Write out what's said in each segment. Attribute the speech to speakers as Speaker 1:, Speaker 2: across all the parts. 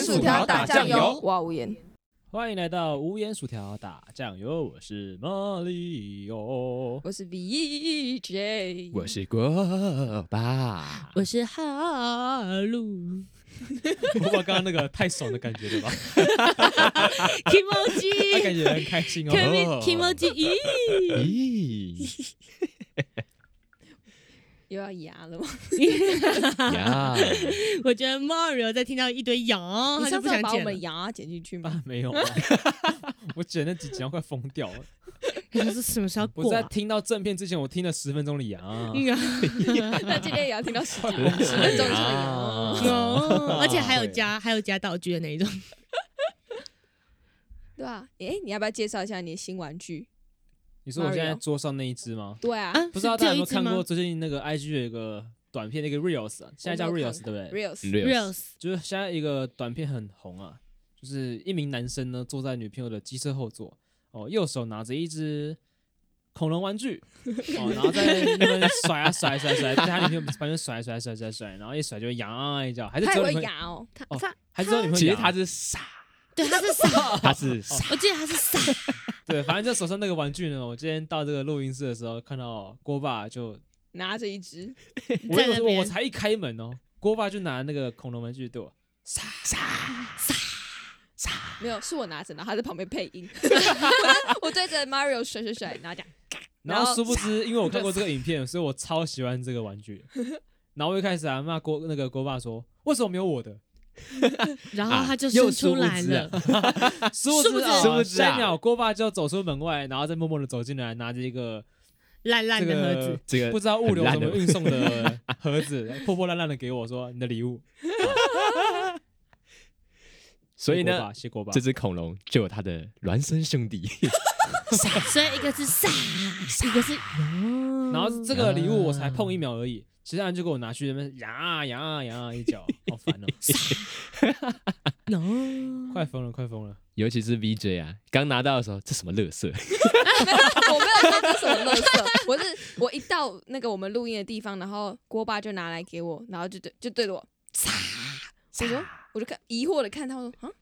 Speaker 1: 薯条打酱油
Speaker 2: 哇，无言。
Speaker 3: 欢迎来到无盐薯条打酱油，我是马里奥，
Speaker 2: 我是 VJ，
Speaker 3: 我是国爸。
Speaker 4: 我是哈鲁
Speaker 3: 我把刚刚那个太爽的感觉对 吧？ 他感
Speaker 4: Kimoji，Kimoji，
Speaker 3: 觉很开 心哦。
Speaker 4: 咦，
Speaker 3: 咦
Speaker 2: 又要牙了吗？
Speaker 3: 呀！
Speaker 4: 我觉得 Mario 在听到一堆羊，啊
Speaker 2: 你
Speaker 4: 他就
Speaker 2: 上
Speaker 4: 不
Speaker 2: 次有
Speaker 4: 想
Speaker 2: 把我
Speaker 4: 剪
Speaker 2: 们
Speaker 4: 了。
Speaker 2: 牙剪进去吗？
Speaker 3: 啊，没有啊，我剪那几集要快疯掉了。
Speaker 4: 他是什么时候
Speaker 3: 我
Speaker 4: 过
Speaker 3: 在
Speaker 4: 啊？
Speaker 3: 听到正片之前，我听了十分钟的呀。
Speaker 4: 嗯啊
Speaker 2: 那今天也要听到十几
Speaker 3: 恭喜
Speaker 2: 分钟
Speaker 3: 你
Speaker 2: 这么
Speaker 3: 啊
Speaker 2: 牙，
Speaker 4: 哦，而且还有
Speaker 3: 对
Speaker 4: 加还有加道具的那一种。
Speaker 2: 对啊，哎，你要不要介绍一下你的新玩具？
Speaker 3: 你说我现在
Speaker 2: Mario
Speaker 3: 桌上那一只吗？
Speaker 2: 对啊
Speaker 4: 啊
Speaker 3: 不知道大家有没有看过
Speaker 4: 是
Speaker 3: 最近那个 IG 有一个短片，那个 Reels，啊现在叫
Speaker 2: 我没有
Speaker 3: Reels 对不对？
Speaker 2: ，Reels，
Speaker 4: 只有一只吗 Rose，
Speaker 3: 就是现在一个短片很红啊，就是一名男生呢坐在女朋友的机车后座，哦，右手拿着一只恐龙玩具，哦，然后在那边甩啊甩啊甩啊甩啊，在他女朋友旁边甩啊甩啊甩啊甩啊甩啊，然后一甩就会呀一叫，还是
Speaker 2: 他
Speaker 3: 只
Speaker 2: 也
Speaker 3: 有女
Speaker 2: 会
Speaker 3: 朋友，
Speaker 2: 牙哦，他
Speaker 3: 哦
Speaker 4: 他
Speaker 3: 还是只有女朋友，
Speaker 5: 其实他是傻，
Speaker 4: 对 他是傻，
Speaker 5: 他是傻，
Speaker 4: 我记得他是傻，
Speaker 3: 对，反正就手上那个玩具呢，我今天到这个录音室的时候看到郭爸就，
Speaker 2: 拿着一只，
Speaker 3: 我
Speaker 4: 在那
Speaker 3: 我
Speaker 4: 边
Speaker 3: 我才一开门哦，郭爸就拿那个恐龙玩具对我。
Speaker 2: 没有，是我拿着，然后他在旁边配音， 我对着 Mario 甩甩甩，然后讲，
Speaker 3: 然后殊不知，因为我看过这个影片，所以我超喜欢这个玩 具。然后我一开始还骂郭那个郭爸说：“为什么没有我 的
Speaker 4: 然后他就
Speaker 5: 啊又
Speaker 4: 伸出来
Speaker 5: 殊不知啊
Speaker 4: 了，？”
Speaker 3: 殊不知啊，
Speaker 5: 殊不知啊
Speaker 3: 下一秒郭爸就走出门外，然后再默默的走进来，拿着一个
Speaker 4: 烂烂
Speaker 3: 这
Speaker 4: 的盒子
Speaker 3: 个。
Speaker 5: 这个
Speaker 3: 不知道物流
Speaker 5: 很烂
Speaker 3: 怎
Speaker 5: 的
Speaker 3: 么运送的盒子，破破烂烂的给我说：“你的礼物。
Speaker 5: 所以
Speaker 3: 谢郭
Speaker 5: 呢
Speaker 3: 爸，，谢郭爸
Speaker 5: 这，只恐龙就有它的孪生兄弟，
Speaker 4: 所以一个是 傻，一个是哟
Speaker 3: 然后这
Speaker 4: 嗯
Speaker 3: 个礼物我才碰一
Speaker 4: 啊
Speaker 3: 秒而已，其他人就给我拿去那边呀呀呀 一脚，好烦哦，
Speaker 4: 喏
Speaker 3: 快疯了，快疯了。
Speaker 5: 尤其是 VJ 啊，刚拿到的时候，这什么乐色？
Speaker 2: 我没有说这是什么乐色，我是我一到那个我们录音的地方，然后锅巴就拿来给我，然后就对就对着我，我说我就看疑惑的看他，我说啊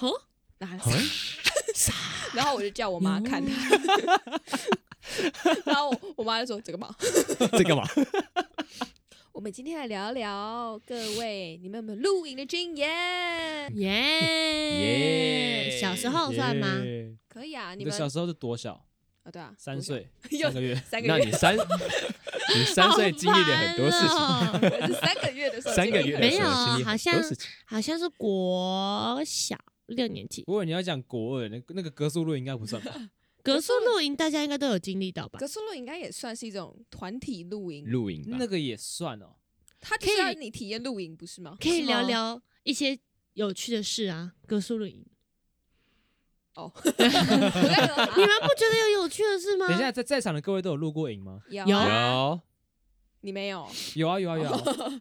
Speaker 4: 哦，
Speaker 2: 哪来？ 然后我就叫我
Speaker 4: 嗯
Speaker 2: 妈看 他，然后我我妈就说这个嘛。
Speaker 5: 这干嘛？
Speaker 2: 我们今天来聊聊各位你们有没有露营的经验？
Speaker 4: 耶
Speaker 5: 耶
Speaker 4: 小时候算吗？
Speaker 3: 耶
Speaker 2: 可以啊，
Speaker 3: 你
Speaker 2: 你
Speaker 3: 的
Speaker 2: 们
Speaker 3: 小时候是多小？
Speaker 2: 啊对啊，
Speaker 3: 三岁，
Speaker 2: 又，
Speaker 3: 三个月
Speaker 2: 三
Speaker 5: 那
Speaker 2: 个
Speaker 5: 你
Speaker 2: 月，
Speaker 5: 三你三岁经历了很多事
Speaker 4: 好
Speaker 5: 情，
Speaker 4: 烦哦
Speaker 2: 我是三个月的时候
Speaker 5: 三
Speaker 2: 经历
Speaker 5: 个
Speaker 2: 的，
Speaker 5: 月的
Speaker 4: 没
Speaker 5: 时
Speaker 4: 有
Speaker 5: 候经历
Speaker 4: 好
Speaker 5: 很
Speaker 4: 像
Speaker 5: 多事情，
Speaker 4: 好像是国小六年级
Speaker 3: 不过你要讲国二，那那个格数路应该不算吧？
Speaker 4: 格数露营，大家应该都有经历到吧
Speaker 2: 格？苏露营应该也算是一种团体露营，
Speaker 5: 露营吧
Speaker 3: 那。个也算哦。
Speaker 2: 它就是要
Speaker 4: 可以
Speaker 2: 你体验露营，不是吗？
Speaker 4: 可以聊
Speaker 2: 是吗
Speaker 4: 聊一些有趣的事啊，格数露营，
Speaker 2: 哦。我在说啊
Speaker 4: 你 们不觉得有有趣的事吗？
Speaker 3: 等一下，在在场的各位都有露过营吗？
Speaker 2: 有
Speaker 4: 有
Speaker 2: 啊
Speaker 5: 有
Speaker 2: 你没有？
Speaker 3: 有啊，有啊，有
Speaker 4: 哦
Speaker 3: 啊。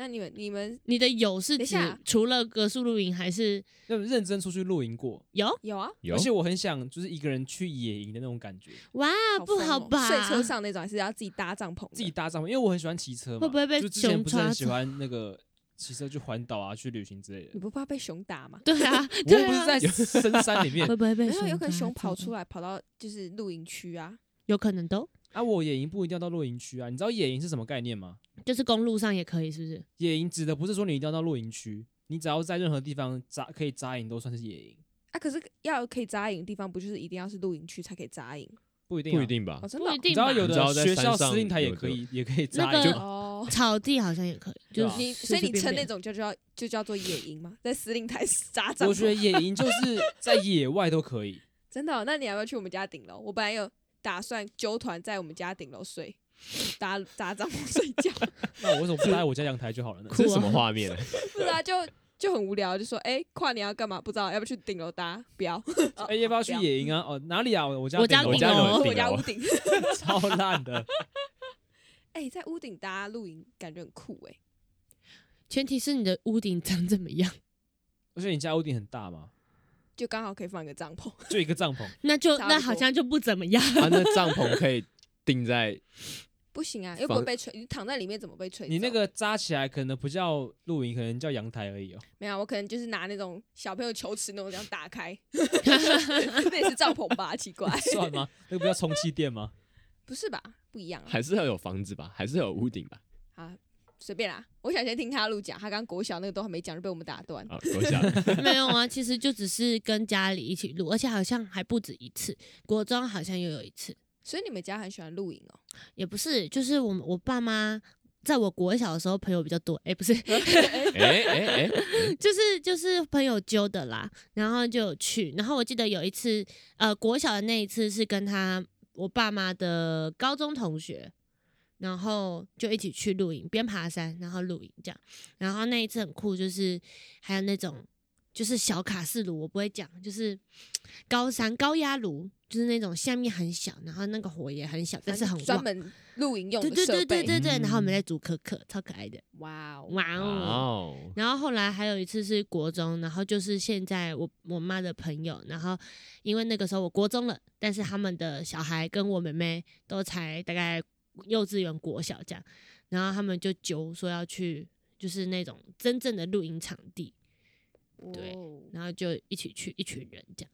Speaker 2: 那你们你们
Speaker 4: 你的有是
Speaker 2: 等一
Speaker 4: 指
Speaker 2: 下
Speaker 4: 除了格数露营还是
Speaker 3: 那么认真出去露营过，
Speaker 4: 有？
Speaker 2: 有啊？
Speaker 5: 有
Speaker 3: 而，且我很想就是一个人去野营的那种感觉，
Speaker 4: 哇，不
Speaker 2: 疯
Speaker 4: 好
Speaker 2: 哦
Speaker 4: 吧？
Speaker 2: 睡车上那种，还是要自己搭帐篷的？
Speaker 3: 自己搭帐篷，因为我很喜欢骑车嘛。
Speaker 4: 会不会被
Speaker 3: 就之前
Speaker 4: 熊
Speaker 3: 不是很
Speaker 4: 抓
Speaker 3: 喜
Speaker 4: 走
Speaker 3: 欢那个骑车去环岛啊，去旅行之类
Speaker 2: 你
Speaker 3: 的。
Speaker 2: 不怕被熊打吗？
Speaker 4: 对啊，
Speaker 3: 我
Speaker 4: 对
Speaker 3: 又不是
Speaker 4: 啊，
Speaker 3: 在深山里面
Speaker 4: 会不会被
Speaker 2: 没有，有可能
Speaker 4: 抓
Speaker 2: 熊跑
Speaker 4: 走
Speaker 2: 出来，跑到就是露营区啊。
Speaker 4: 有可能都
Speaker 3: 啊，我野营不一定要到露营区啊。你知道野营是什么概念吗？
Speaker 4: 就是公路上也可以，是不是？
Speaker 3: 野营指的不是说你一定要到露营区，你只要在任何地方扎可以扎营都算是野营，
Speaker 2: 啊，可是要可以扎营的地方，不就是一定要是露营区才可以扎营？
Speaker 3: 不一定啊、
Speaker 5: 不一定吧
Speaker 2: 哦，？真的
Speaker 4: 不
Speaker 2: 哦
Speaker 4: 一
Speaker 3: 你
Speaker 4: 定
Speaker 3: 知道
Speaker 4: 吧
Speaker 3: 有
Speaker 5: 你知
Speaker 3: 的
Speaker 5: 道在
Speaker 3: 学校
Speaker 5: 山上
Speaker 3: 司令台也
Speaker 5: 有的
Speaker 3: 可以，也可以扎
Speaker 4: 那个
Speaker 3: 营，就
Speaker 2: 哦。
Speaker 4: 草地好像也可以，
Speaker 3: 对
Speaker 4: 就
Speaker 3: 啊
Speaker 4: 是
Speaker 2: 你
Speaker 4: 随
Speaker 2: 所以
Speaker 4: 随
Speaker 2: 你
Speaker 4: 便
Speaker 2: 称那
Speaker 4: 便
Speaker 2: 种就叫就叫做野营嘛，在司令台扎帐
Speaker 3: 我觉得
Speaker 2: 篷。
Speaker 3: 野营 就是在野外都可以，
Speaker 2: 真的哦、那你要不要去我们家顶楼？我本来有打算揪团在我们家顶楼睡，搭搭帐篷睡 觉。
Speaker 3: 那我为什么不搭在我家阳台就好 了呢？
Speaker 5: 这是什么画面？
Speaker 2: 不是啊，就就很无聊，就说哎、跨年要干嘛？不知道，要不去顶楼搭？不要，
Speaker 3: 哎，要不要去
Speaker 2: 不要
Speaker 3: 野营啊？哦，哪里啊？我家
Speaker 4: 哦我家
Speaker 3: 哦顶楼啊
Speaker 5: 我
Speaker 4: 顶
Speaker 5: 家
Speaker 4: 楼
Speaker 5: 有
Speaker 2: 我
Speaker 5: 顶
Speaker 2: 家
Speaker 5: 楼
Speaker 2: 屋，顶。
Speaker 3: 超烂的，
Speaker 2: 哎、在屋顶搭露营感觉很酷哎、
Speaker 4: 前提是你的屋顶长怎么样，
Speaker 3: 而且你家屋顶很大嘛，
Speaker 2: 就刚好可以放一个帐篷。
Speaker 3: 就一 个帐篷，
Speaker 4: 那就
Speaker 2: 差不
Speaker 4: 那好
Speaker 2: 多
Speaker 4: 像就不怎么样。
Speaker 5: 啊，那帐篷可以定在
Speaker 2: 不行啊，又不
Speaker 5: 房
Speaker 2: 会被吹，你躺在里面怎么被吹走？
Speaker 3: 你那个扎起来可能不叫露营，可能叫阳台而 已哦。
Speaker 2: 没有啊，我可能就是拿那种小朋友球池那种这样打开， 那也是帐篷吧？奇怪，
Speaker 3: 算吗？那个不叫充气垫 吗？
Speaker 2: 不是吧？不一样啊，
Speaker 5: 还是要有房子吧，还是要有屋顶吧。
Speaker 2: 啊，随便啦。我想先听他录讲，他刚国小那个都还没讲就被我们打断。
Speaker 5: 啊，我想
Speaker 4: 没有啊，其实就只是跟家里一起录，而且好像还不止一次，国中好像又有一次，
Speaker 2: 所以你们家很喜欢露营哦？
Speaker 4: 也不是，就是我们我爸妈。在我国小的时候，朋友比较多，哎、不是，
Speaker 5: 哎哎哎，
Speaker 4: 就是就是朋友揪的啦，然后就有去，然后我记得有一次，呃，国小的那一次是跟他我爸妈的高中同学，然后就一起去露营，边爬山然后露营这样，然后那一次很酷，就是还有那种就是小卡式炉，我不会讲，就是高山高压炉，就是那种下面很小，然后那个火也很小，但是很
Speaker 2: 专
Speaker 4: 旺，
Speaker 2: 门露营用
Speaker 4: 对
Speaker 2: 的
Speaker 4: 对
Speaker 2: 设
Speaker 4: 对
Speaker 2: 备。
Speaker 4: 对对对，
Speaker 5: 嗯
Speaker 4: 然后我们在煮可可，超可爱的，
Speaker 2: 哇哦，
Speaker 4: 哇
Speaker 5: 哇
Speaker 4: 哦！
Speaker 5: 哦，
Speaker 4: 然后后来还有一次是国中，然后就是现在我我妈的朋友，然后因为那个时候我国中了，但是他们的小孩跟我妹妹都才大概幼稚园、国小这样，然后他们就揪说要去就是那种真正的露营场地，对
Speaker 2: 哦
Speaker 4: 然后就一起去一群人这样。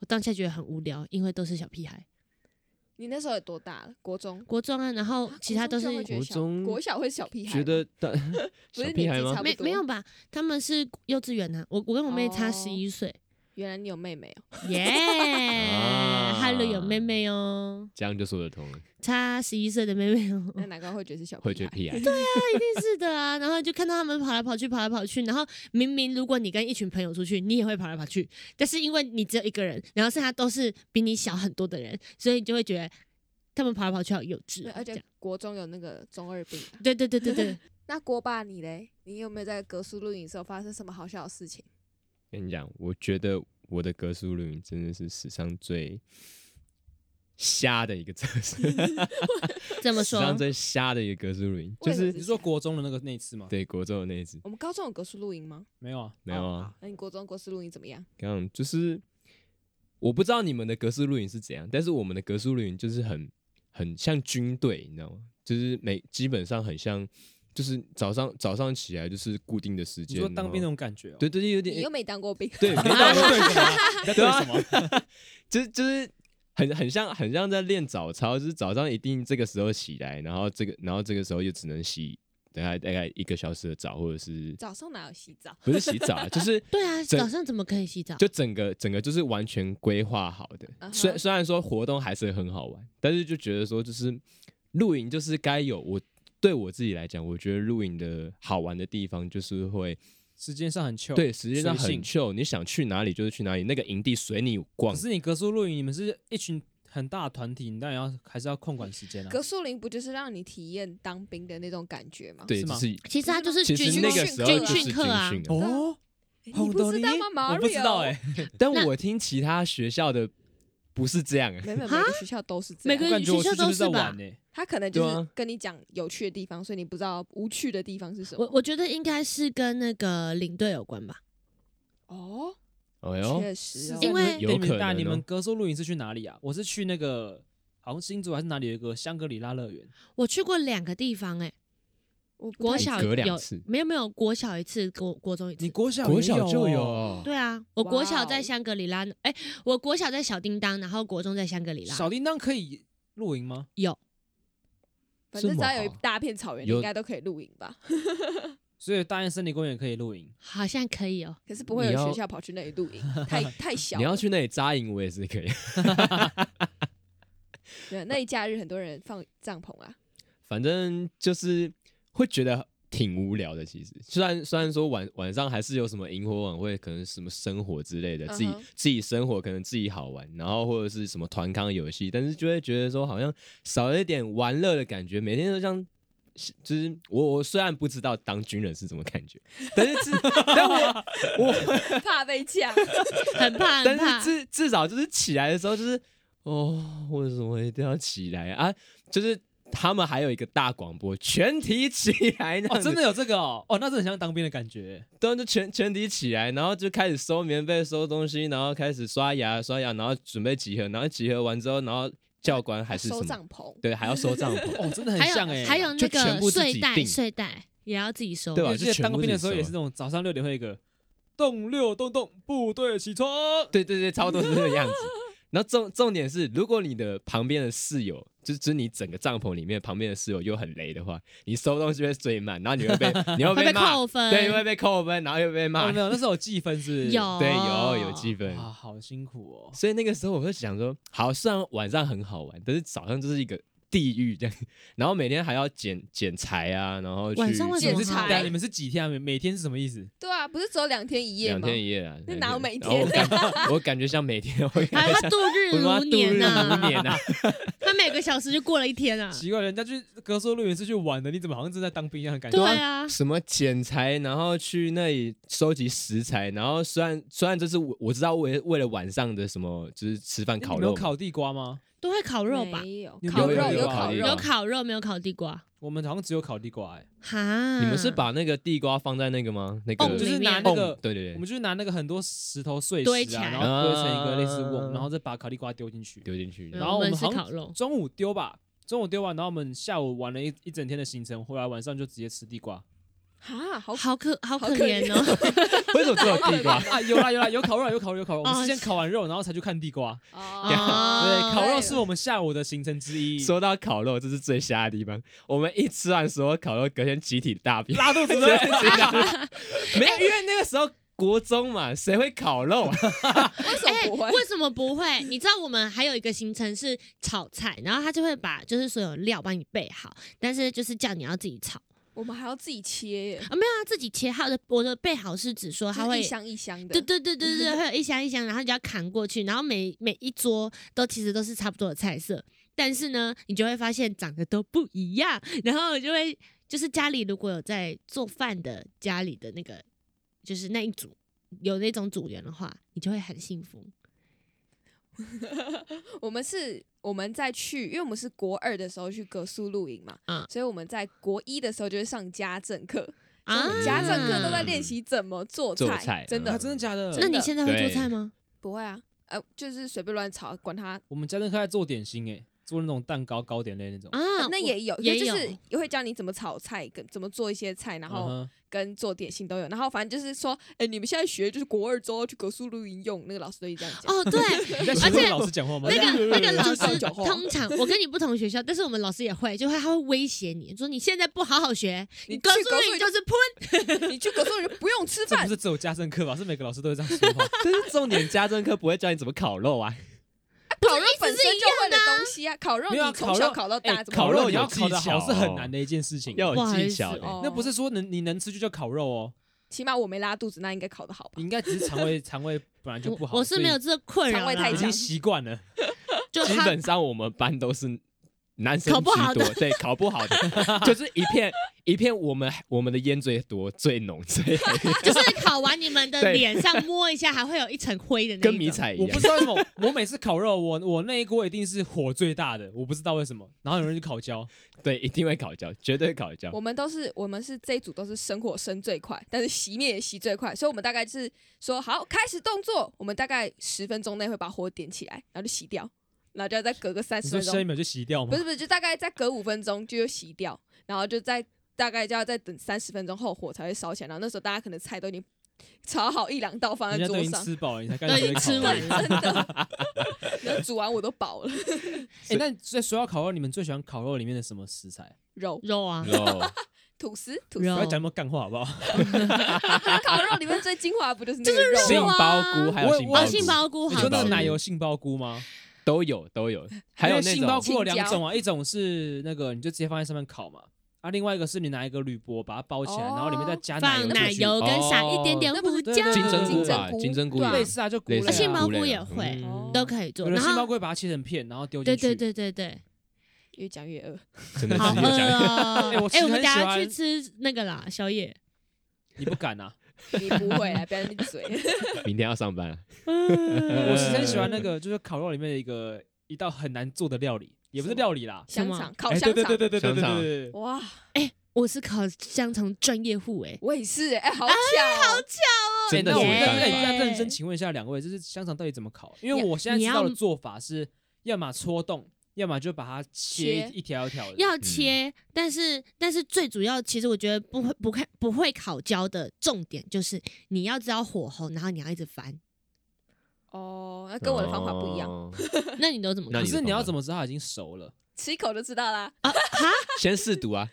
Speaker 4: 我当下觉得很无聊，因为都是小屁孩，
Speaker 2: 你那时候有多大了？国中？
Speaker 4: 国中啊，然后
Speaker 2: 啊
Speaker 4: 其他都
Speaker 2: 国
Speaker 4: 是
Speaker 2: 中就会觉得
Speaker 5: 国
Speaker 2: 小
Speaker 5: 中
Speaker 2: 国小会是小屁孩
Speaker 5: 觉
Speaker 2: 吗，
Speaker 5: 得大
Speaker 2: 不 是
Speaker 5: 小屁孩
Speaker 2: 年纪
Speaker 5: 吗
Speaker 2: 差？不
Speaker 4: 没
Speaker 2: 多
Speaker 4: 没有吧？他们是幼稚园啊，我我跟我妹差
Speaker 2: 哦
Speaker 4: 十一岁，
Speaker 2: 原来你有妹妹哦。
Speaker 4: 耶、
Speaker 5: 啊
Speaker 4: 哈喽有妹妹哦，
Speaker 5: 这样就说得通了，
Speaker 4: 差十一岁的妹妹 哦，
Speaker 2: 那难怪会觉得是小
Speaker 5: 会
Speaker 2: 屁
Speaker 5: 觉得
Speaker 2: 孩。
Speaker 5: 屁孩。
Speaker 4: 一定是的啊。然后就看到他们跑来跑去，跑来跑去。然后明明如果你跟一群朋友出去，你也会跑来跑去，但是因为你只有一个人，然后剩下都是比你小很多的人，所以你就会觉得他们跑来跑去好幼稚
Speaker 2: 对，
Speaker 4: 哦、
Speaker 2: 而
Speaker 4: 这
Speaker 2: 且
Speaker 4: 样
Speaker 2: 国中有那个中二病啊。
Speaker 4: 对对对对对，
Speaker 2: 那锅巴你嘞？你有没有在格苏露营的时候发生什么好笑的事情？
Speaker 5: 跟你讲，我觉得我的格苏露营真的是史上最瞎的一个 测试，
Speaker 4: 这么
Speaker 5: 史
Speaker 4: 说
Speaker 5: 上最瞎的一个格苏露营，就
Speaker 2: 为什么
Speaker 5: 是
Speaker 2: 是
Speaker 3: 你说国中的那个那一次吗？
Speaker 5: 对国中的那一次，
Speaker 2: 我们高中有格苏露营吗？
Speaker 3: 没有啊，
Speaker 5: 没有啊？
Speaker 2: 那你国中国事录音怎么样？
Speaker 5: 刚刚就是我不知道你们的格式露营是怎样，但是我们的格式露营就是很很像军队，你知道吗？就是每基本上很像，就是早上早上起来就是固定的时
Speaker 3: 你
Speaker 5: 间，
Speaker 3: 说当兵
Speaker 5: 然
Speaker 3: 那
Speaker 5: 后
Speaker 3: 种感觉哦。
Speaker 5: 对对对，有
Speaker 2: 你又
Speaker 5: 点
Speaker 2: 没当过兵，
Speaker 5: 对，没
Speaker 3: 你
Speaker 5: 到
Speaker 3: 在对什么？ 你在对啊什么？
Speaker 5: 就是就是很很像很像在练早操，就是早上一定这个时候起来，然后这个然后这个时候就只能洗大概大概一个小时的澡，或者是
Speaker 2: 早上哪有洗澡？
Speaker 5: 不是洗澡啊，就是
Speaker 4: 对啊，
Speaker 5: 整
Speaker 4: 早上怎么可以洗澡？
Speaker 5: 就整个整个就是完全规划好的。
Speaker 2: 嗯哼
Speaker 5: 虽、虽然说活动还是很好玩，但是就觉得说就是露营就是该有我对我自己来讲，我觉得露营的好玩的地方就是会
Speaker 3: 时间上很 chill。
Speaker 5: 对时间上
Speaker 3: 随
Speaker 5: 很
Speaker 3: 性
Speaker 5: chill，你想去哪里就是去哪里，那个营地随你
Speaker 3: 可
Speaker 5: 逛。
Speaker 3: 哦是你格数露营，你们是一群很大的团体，你当然要还是要控管时间啊。
Speaker 2: 格树林不就是让你体验当兵的那种感觉吗？
Speaker 5: 对，
Speaker 3: 是
Speaker 5: 就
Speaker 3: 吗
Speaker 5: 是
Speaker 4: 其实他就是
Speaker 5: 其
Speaker 4: 军
Speaker 5: 实那个时候
Speaker 4: 军
Speaker 5: 就是
Speaker 4: 训
Speaker 5: 军
Speaker 4: 课
Speaker 5: 训
Speaker 4: 啊，
Speaker 5: 啊
Speaker 3: 哦，
Speaker 2: 诶你
Speaker 3: 红
Speaker 2: 不
Speaker 3: 豆
Speaker 2: 知
Speaker 3: 泥
Speaker 2: 道吗？马
Speaker 3: 我不知
Speaker 2: 哦
Speaker 3: 道哎、
Speaker 5: 但我听其他学校的不是这样、欸，
Speaker 2: 没有，没有每个学校都是这
Speaker 4: 每
Speaker 2: 样。
Speaker 4: 个
Speaker 3: 我感觉我
Speaker 4: 学校
Speaker 3: 去
Speaker 4: 都
Speaker 3: 就是
Speaker 4: 是
Speaker 3: 在
Speaker 4: 吧
Speaker 3: 玩呢、
Speaker 2: 他可能就
Speaker 5: 对
Speaker 2: 是
Speaker 5: 啊
Speaker 2: 跟你讲有趣的地方，所以你不知道无趣的地方是什
Speaker 4: 我
Speaker 2: 么。
Speaker 4: 我觉得应该是跟那个领队有关吧。
Speaker 2: 哦，
Speaker 5: 哎呦，
Speaker 2: 确实哦，
Speaker 4: 因为
Speaker 5: 有可能
Speaker 3: 但
Speaker 5: 哦
Speaker 3: 你们格数露营是去哪里啊？我是去那个好像新竹还是哪里有一个香格里拉乐园，
Speaker 4: 我去过两个地方、哎，
Speaker 2: 我不
Speaker 4: 国
Speaker 2: 太
Speaker 4: 小
Speaker 5: 隔
Speaker 4: 有
Speaker 5: 两次
Speaker 4: 没有没有国小一次，国国中一次
Speaker 3: 你。国小
Speaker 5: 国
Speaker 3: 也
Speaker 5: 小就
Speaker 3: 哦
Speaker 5: 有，
Speaker 4: 对啊，我国
Speaker 2: 哇
Speaker 4: 小
Speaker 2: 哦
Speaker 4: 在香格里拉，哎、我国小在小叮当，然后国中在香格里拉。
Speaker 3: 小叮当可以露营吗？
Speaker 4: 有
Speaker 2: 反正只要有
Speaker 5: 这
Speaker 2: 一
Speaker 5: 么好
Speaker 2: 大片草原，你
Speaker 5: 有
Speaker 2: 应该都可以露营吧？
Speaker 3: 所以大雁森林公园可以 露营，
Speaker 4: 好像可以哦、
Speaker 2: 可是不会有
Speaker 5: 你要
Speaker 2: 学校跑去那里露 营，太太小了。
Speaker 5: 你要去那里扎营，我也是可以。
Speaker 2: 对那一假日很多人放帐篷啊，
Speaker 5: 反正就是会觉得挺无聊的。其实，虽然虽然说晚晚上还是有什么萤火晚会，可能什么生火之类的，自己、
Speaker 2: 嗯哼
Speaker 5: 自己生火可能自己好玩，然后或者是什么团康游戏，但是就会觉得说好像少了一点玩乐的感觉，每天都像。就是我，我虽然不知道当军人是什么感觉，但是至 但我我
Speaker 2: 怕被呛。
Speaker 4: 很怕很
Speaker 5: 但
Speaker 4: 怕
Speaker 5: 是。至至少就是起来的时候，就是哦，为什么一定要起来啊？啊就是他们还有一个大广播，全体起来，那样
Speaker 3: 哦，
Speaker 5: 子
Speaker 3: 真的有这个哦，哦，那真的很像当兵的 感觉、
Speaker 5: 对啊，就全全体起来，然后就开始收棉被、收东西，然后开始刷牙、刷牙，然后准备集合，然后集合完之后，然后教官还是什
Speaker 2: 收
Speaker 5: 么？
Speaker 2: 帐篷，
Speaker 5: 对，还要收 帐篷。
Speaker 3: 哦，真的很
Speaker 4: 还
Speaker 3: 像哎、
Speaker 4: 有还有那
Speaker 5: 欸就全
Speaker 4: 个
Speaker 5: 部自己
Speaker 4: 睡袋，
Speaker 5: 订
Speaker 4: 睡袋也要自己收。
Speaker 5: 对吧哦
Speaker 3: 我
Speaker 5: 就
Speaker 3: 记得
Speaker 5: 全
Speaker 3: 当
Speaker 5: 部
Speaker 3: 兵的
Speaker 5: 自己
Speaker 3: 时候也
Speaker 5: 收
Speaker 3: 是那种早上六点会有一个动六动动部队起床，
Speaker 5: 对对对，差不多是这个样子。然后重重点是，如果你的旁边的室友，就是指你整个帐篷里面旁边的室友又很雷的话，你收东西会最慢，然后你会被你会
Speaker 4: 会
Speaker 5: 被
Speaker 4: 被
Speaker 5: 骂，
Speaker 4: 扣分，
Speaker 5: 对，你会被扣分，然后又被骂
Speaker 3: 哦，。没有，那时候有计分是不是
Speaker 4: 有
Speaker 5: 对，有有积分。
Speaker 3: 啊，好辛苦哦。
Speaker 5: 所以那个时候我会想说，好，虽然晚上很好玩，但是早上就是一个地狱这样，然后每天还要捡捡柴啊，然后去
Speaker 4: 晚上为什
Speaker 5: 剪
Speaker 2: 么好
Speaker 5: 柴
Speaker 2: 玩
Speaker 3: 但你们是几天啊？每每天是什么意
Speaker 4: 嗯
Speaker 3: 思？
Speaker 2: 对啊，不是只有两天一夜
Speaker 5: 两
Speaker 2: 吗？
Speaker 5: 天一夜啊，
Speaker 2: 那
Speaker 5: 两
Speaker 2: 哪有
Speaker 5: 天
Speaker 2: 每
Speaker 5: 然后我
Speaker 2: 天
Speaker 5: 感我感觉像每天， 我
Speaker 4: 还
Speaker 5: 感觉
Speaker 4: 有他
Speaker 5: 像
Speaker 4: 度日
Speaker 5: 我妈
Speaker 4: 如
Speaker 5: 度日
Speaker 4: 年呐、
Speaker 5: 如年啊，
Speaker 4: 他每个小时就过了一天啊。
Speaker 3: 奇怪，人家去格说乐园是去玩的，你怎么好像正在当兵一样的感觉？
Speaker 4: 对啊，
Speaker 5: 什么剪裁，然后去那里收集食材，然后虽然虽然这是我我知道为为了晚上的什么就是吃饭
Speaker 3: 你
Speaker 5: 烤
Speaker 3: 们有
Speaker 5: 肉嘛，
Speaker 3: 烤地瓜吗？
Speaker 4: 都会烤肉吧？
Speaker 2: 没有
Speaker 3: 有
Speaker 2: 烤
Speaker 5: 有
Speaker 2: 肉
Speaker 5: 有
Speaker 2: 烤
Speaker 5: 有
Speaker 2: 肉，
Speaker 4: 有烤肉没有烤地瓜？
Speaker 3: 我们好像只有烤地瓜哎、
Speaker 4: 哈，
Speaker 5: 你们是把那个地瓜放在那个吗？那个
Speaker 4: 瓮
Speaker 3: 哦就是
Speaker 4: 里面
Speaker 3: 拿那个
Speaker 5: 瓮对对
Speaker 3: 我
Speaker 5: 对，
Speaker 3: 们就是拿那个很多石头碎
Speaker 4: 堆
Speaker 3: 石
Speaker 4: 起
Speaker 3: 啊，
Speaker 4: 来
Speaker 3: 然后堆成一个类似瓮，
Speaker 5: 啊
Speaker 3: 然后再把烤地瓜丢进去。
Speaker 5: 丢进去，
Speaker 4: 嗯
Speaker 5: 然
Speaker 3: 然
Speaker 5: 后
Speaker 3: 后我
Speaker 4: 我
Speaker 3: 们
Speaker 4: 们是
Speaker 3: 好像
Speaker 4: 烤肉，
Speaker 3: 中午丢吧，中午丢完，然后我们下午玩了一一整天的行程，回来晚上就直接吃地瓜。
Speaker 2: 啊，好
Speaker 4: 好可好
Speaker 2: 好
Speaker 4: 可
Speaker 2: 可
Speaker 4: 怜 哦。
Speaker 5: 为什么只有 地瓜？
Speaker 3: 啊，有啦有啦，有烤肉有烤肉有烤肉，我们
Speaker 4: 哦
Speaker 3: 是先烤完肉，然后才去看地瓜。
Speaker 2: 啊
Speaker 4: 哦
Speaker 3: 对，烤肉是我们下午的行程之一。
Speaker 5: 说到烤肉，这是最瞎的地方。我们一吃完所有烤肉，隔天集体大 便，
Speaker 3: 拉肚子的，
Speaker 5: 没有，因为那个时候国中嘛，谁会烤肉啊？
Speaker 2: 为什么不会？
Speaker 4: 为什么不会？你知道我们还有一个行程是炒菜，然后他就会把就是所有料帮你备好，但是就是叫你要自己炒
Speaker 2: 我们还要自己切耶，
Speaker 4: 啊，没有啊，自己切好的。我的备好是指说
Speaker 2: 就
Speaker 4: 他
Speaker 2: 是
Speaker 4: 会
Speaker 2: 一箱一箱的，
Speaker 4: 对对对对对，会有一箱一箱，然后你就要扛过去，然后每每一桌都其实都是差不多的菜色，但是呢，你就会发现长得都不一样，然后就会就是家里如果有在做饭的家里的那个，就是那一组有那种组员的话，你就会很幸福。
Speaker 2: 我们是我们在去，因为我们是国二的时候去格苏露营嘛，
Speaker 4: 嗯
Speaker 2: 所以我们在国一的时候就是上家政课，
Speaker 4: 啊嗯
Speaker 2: 所以家政课都在练习怎么做
Speaker 5: 做
Speaker 2: 菜，
Speaker 5: 菜
Speaker 2: 真
Speaker 3: 啊
Speaker 2: 的
Speaker 5: 嗯
Speaker 3: 真的假
Speaker 4: 那
Speaker 3: 的？
Speaker 4: 你现在会做
Speaker 5: 对
Speaker 4: 菜吗？
Speaker 2: 不会啊，呃，就是随便乱炒，管他，
Speaker 3: 我们家政课在做点心诶，做那种蛋糕糕点类那种。
Speaker 4: 啊，
Speaker 2: 呃那 也有，
Speaker 4: 我也
Speaker 2: 就
Speaker 4: 有
Speaker 2: 是也会教你怎么炒菜，跟怎么做一些菜，然后
Speaker 3: 嗯哼
Speaker 2: 跟做点心都有，然后反正就是说，哎、你们现在学就是国二之后要去格苏露营用，那个老师都会这样讲，
Speaker 4: 哦，对，
Speaker 3: 你在学
Speaker 4: 而且
Speaker 3: 跟老师讲话吗？
Speaker 4: 那个那个 老师
Speaker 2: 讲话
Speaker 4: 通 常我跟你不同学校，但是我们老师也会，就会他会威胁你说你现在不好好学，
Speaker 2: 你
Speaker 4: 告
Speaker 2: 去
Speaker 4: 诉
Speaker 2: 告诉
Speaker 4: 你
Speaker 2: 你
Speaker 4: 就是喷。哦
Speaker 2: 你去格苏露营就不用 吃
Speaker 3: 这
Speaker 2: 饭
Speaker 3: 不，是只有家政课吧？是每个老师都会这样说话。
Speaker 5: 但是重点，家政课不会教你怎么烤肉啊。
Speaker 2: 烤肉本身就会的东西啊，烤肉
Speaker 3: 没
Speaker 2: 你
Speaker 3: 有啊
Speaker 2: 从
Speaker 3: 烤
Speaker 2: 小
Speaker 3: 肉
Speaker 2: 烤到
Speaker 3: 哎
Speaker 2: 大，怎么
Speaker 3: 烤
Speaker 2: 会
Speaker 3: 肉
Speaker 5: 有
Speaker 3: 你要
Speaker 5: 技
Speaker 3: 烤的好
Speaker 5: 巧
Speaker 3: 是很
Speaker 5: 哦
Speaker 3: 难的一件事情，
Speaker 5: 要
Speaker 4: 不
Speaker 5: 有
Speaker 4: 好
Speaker 5: 技
Speaker 4: 意思
Speaker 5: 巧的。
Speaker 2: 哦
Speaker 3: 那不是说能你能吃就叫烤肉哦，
Speaker 2: 起码我没拉肚子，那应该烤的好吧
Speaker 3: 你？应该只是肠胃肠胃本来就不好。
Speaker 4: 我我是没有这个困扰啦，
Speaker 2: 肠胃太
Speaker 3: 所以已
Speaker 2: 强
Speaker 3: 经习惯了。
Speaker 4: 就
Speaker 5: 基
Speaker 4: 他
Speaker 5: 本上我们班都是男生
Speaker 4: 考不好
Speaker 5: 居多，对，考不好 的，就是一片一片我们我们的烟最多最浓最黑
Speaker 4: 就是烤完你 们的
Speaker 5: 对
Speaker 4: 脸上摸一下，还会有一层灰的那一种
Speaker 5: 跟迷彩一
Speaker 3: 我不
Speaker 5: 样
Speaker 3: 知。道为什么，我每次烤肉，我我那一锅一定是火最大的，我不知道为什么。然后有人去烤 焦，
Speaker 5: 对，一定会烤焦，绝对烤焦。
Speaker 2: 我们都是我们是这一组都是生火生最快，但是熄灭也熄最快，所以我们大概是说好开始动作，我们大概十分钟内会把火点起来，然后就熄掉，然后就要再隔个三
Speaker 3: 你
Speaker 2: 十
Speaker 3: 说
Speaker 2: 分
Speaker 3: 下一
Speaker 2: 钟，
Speaker 3: 秒就洗掉
Speaker 2: 不
Speaker 3: 吗
Speaker 2: 是？不是，就大概再隔五分钟就又熄掉，然后就再大概就要再等三十分钟后火才会烧起来，然后那时候大家可能菜都已经炒好一两道放
Speaker 3: 人
Speaker 2: 在
Speaker 3: 家都
Speaker 2: 桌
Speaker 3: 已经
Speaker 2: 上，
Speaker 3: 吃饱了，你才开
Speaker 4: 都
Speaker 3: 始
Speaker 4: 已经
Speaker 3: 烤
Speaker 4: 吃
Speaker 3: 肉。
Speaker 4: 完
Speaker 3: 哎，
Speaker 4: 了。
Speaker 2: 真 的，然后煮完我都饱了，
Speaker 3: 那所以说到烤肉，你们最喜欢烤肉里面的什么食材？
Speaker 2: 肉
Speaker 4: 肉啊，
Speaker 3: 嗯
Speaker 5: 肉
Speaker 2: 吐司吐司
Speaker 3: 不
Speaker 4: 肉
Speaker 3: 要讲那么干话好不好？
Speaker 2: 烤肉里面最精华不就是那个肉
Speaker 5: 杏
Speaker 4: 啊
Speaker 2: 吗？
Speaker 5: 鲍菇还有
Speaker 3: 我
Speaker 5: 杏
Speaker 3: 我
Speaker 5: 鲍
Speaker 4: 哦，
Speaker 5: 菇
Speaker 4: 杏鲍菇
Speaker 3: 你
Speaker 4: 好
Speaker 5: 杏
Speaker 3: 说
Speaker 5: 鲍菇
Speaker 3: 那个
Speaker 4: 吃，
Speaker 3: 奶油杏鲍菇吗？
Speaker 5: 都有都 有，还
Speaker 3: 因
Speaker 5: 有
Speaker 3: 为
Speaker 5: 那
Speaker 3: 杏鲍
Speaker 5: 种
Speaker 3: 菇有两
Speaker 2: 青
Speaker 3: 种啊，一种是那个你就直接放在上面烤嘛，啊，另外一个是你拿一个铝箔把它包起来，
Speaker 2: 哦
Speaker 3: 然后里面再加
Speaker 4: 放
Speaker 3: 奶
Speaker 4: 奶
Speaker 3: 油
Speaker 4: 油跟撒一点点
Speaker 2: 哦
Speaker 4: 胡
Speaker 3: 那
Speaker 4: 椒，
Speaker 3: 不是
Speaker 5: 金针菇
Speaker 2: 金针
Speaker 5: 吧，
Speaker 2: 菇
Speaker 5: 金针菇
Speaker 2: 对
Speaker 5: 也
Speaker 2: 啊
Speaker 3: 类似啊，就菇类
Speaker 5: 类
Speaker 3: 啊
Speaker 5: 似
Speaker 3: 嗯
Speaker 4: 啊杏鲍菇
Speaker 5: 类啊
Speaker 4: 也会
Speaker 2: 哦
Speaker 4: 都可以做。
Speaker 3: 有的
Speaker 4: 然
Speaker 3: 杏鲍
Speaker 4: 后
Speaker 3: 菇会把它切成片，然后丢进
Speaker 4: 对
Speaker 3: 去。
Speaker 4: 对对 对对，
Speaker 2: 越讲越饿，
Speaker 5: 真的
Speaker 4: 好
Speaker 5: 是
Speaker 4: 饿
Speaker 5: 有讲。
Speaker 3: 哎我
Speaker 4: 哦！
Speaker 3: 其
Speaker 4: 哎，
Speaker 3: 实
Speaker 4: 我们
Speaker 3: 很喜
Speaker 4: 等下
Speaker 3: 欢
Speaker 4: 去吃那个啦，宵夜。
Speaker 3: 你不敢啊？
Speaker 2: 你不会啊，不要你嘴。
Speaker 5: 明天要上班啊，呃
Speaker 3: 我是很喜欢那个，就是烤肉里面的一个一道很难做的料理，也不是料理啦，
Speaker 2: 香
Speaker 4: 什
Speaker 2: 肠
Speaker 4: 么
Speaker 2: 烤
Speaker 3: 哎
Speaker 2: 香
Speaker 3: 对
Speaker 2: 肠，哦
Speaker 3: 对对对对对对
Speaker 5: 香肠
Speaker 3: 对对。
Speaker 2: 哇，
Speaker 4: 我是烤香肠专业户哎，
Speaker 2: 我也是哎，好巧哦，
Speaker 5: 真的
Speaker 3: 哎
Speaker 5: 是
Speaker 3: 那我
Speaker 5: 没
Speaker 3: 认
Speaker 5: 办
Speaker 3: 认
Speaker 5: 法。
Speaker 4: 耶
Speaker 3: 认真请问一下两位，就是香肠到底怎么烤？因为
Speaker 2: 要
Speaker 3: 我现在
Speaker 4: 你
Speaker 3: 知道
Speaker 4: 要
Speaker 3: 的做法是，要么戳洞，要么就把它切
Speaker 2: 切
Speaker 3: 一条一条的。
Speaker 4: 要切，但是但是最主要，其实我觉得不会不看不会烤焦的重点就是你要知道火候，然后你要一直 翻。
Speaker 2: 哦，那跟我的方法不一样，
Speaker 5: 哦
Speaker 4: 那你都怎么
Speaker 5: 那
Speaker 4: 烤
Speaker 3: 可
Speaker 5: 你？
Speaker 3: 是你要怎么知道它已经熟了？
Speaker 2: 吃一口就知道啦。
Speaker 4: 啊哈，
Speaker 5: 先试毒啊，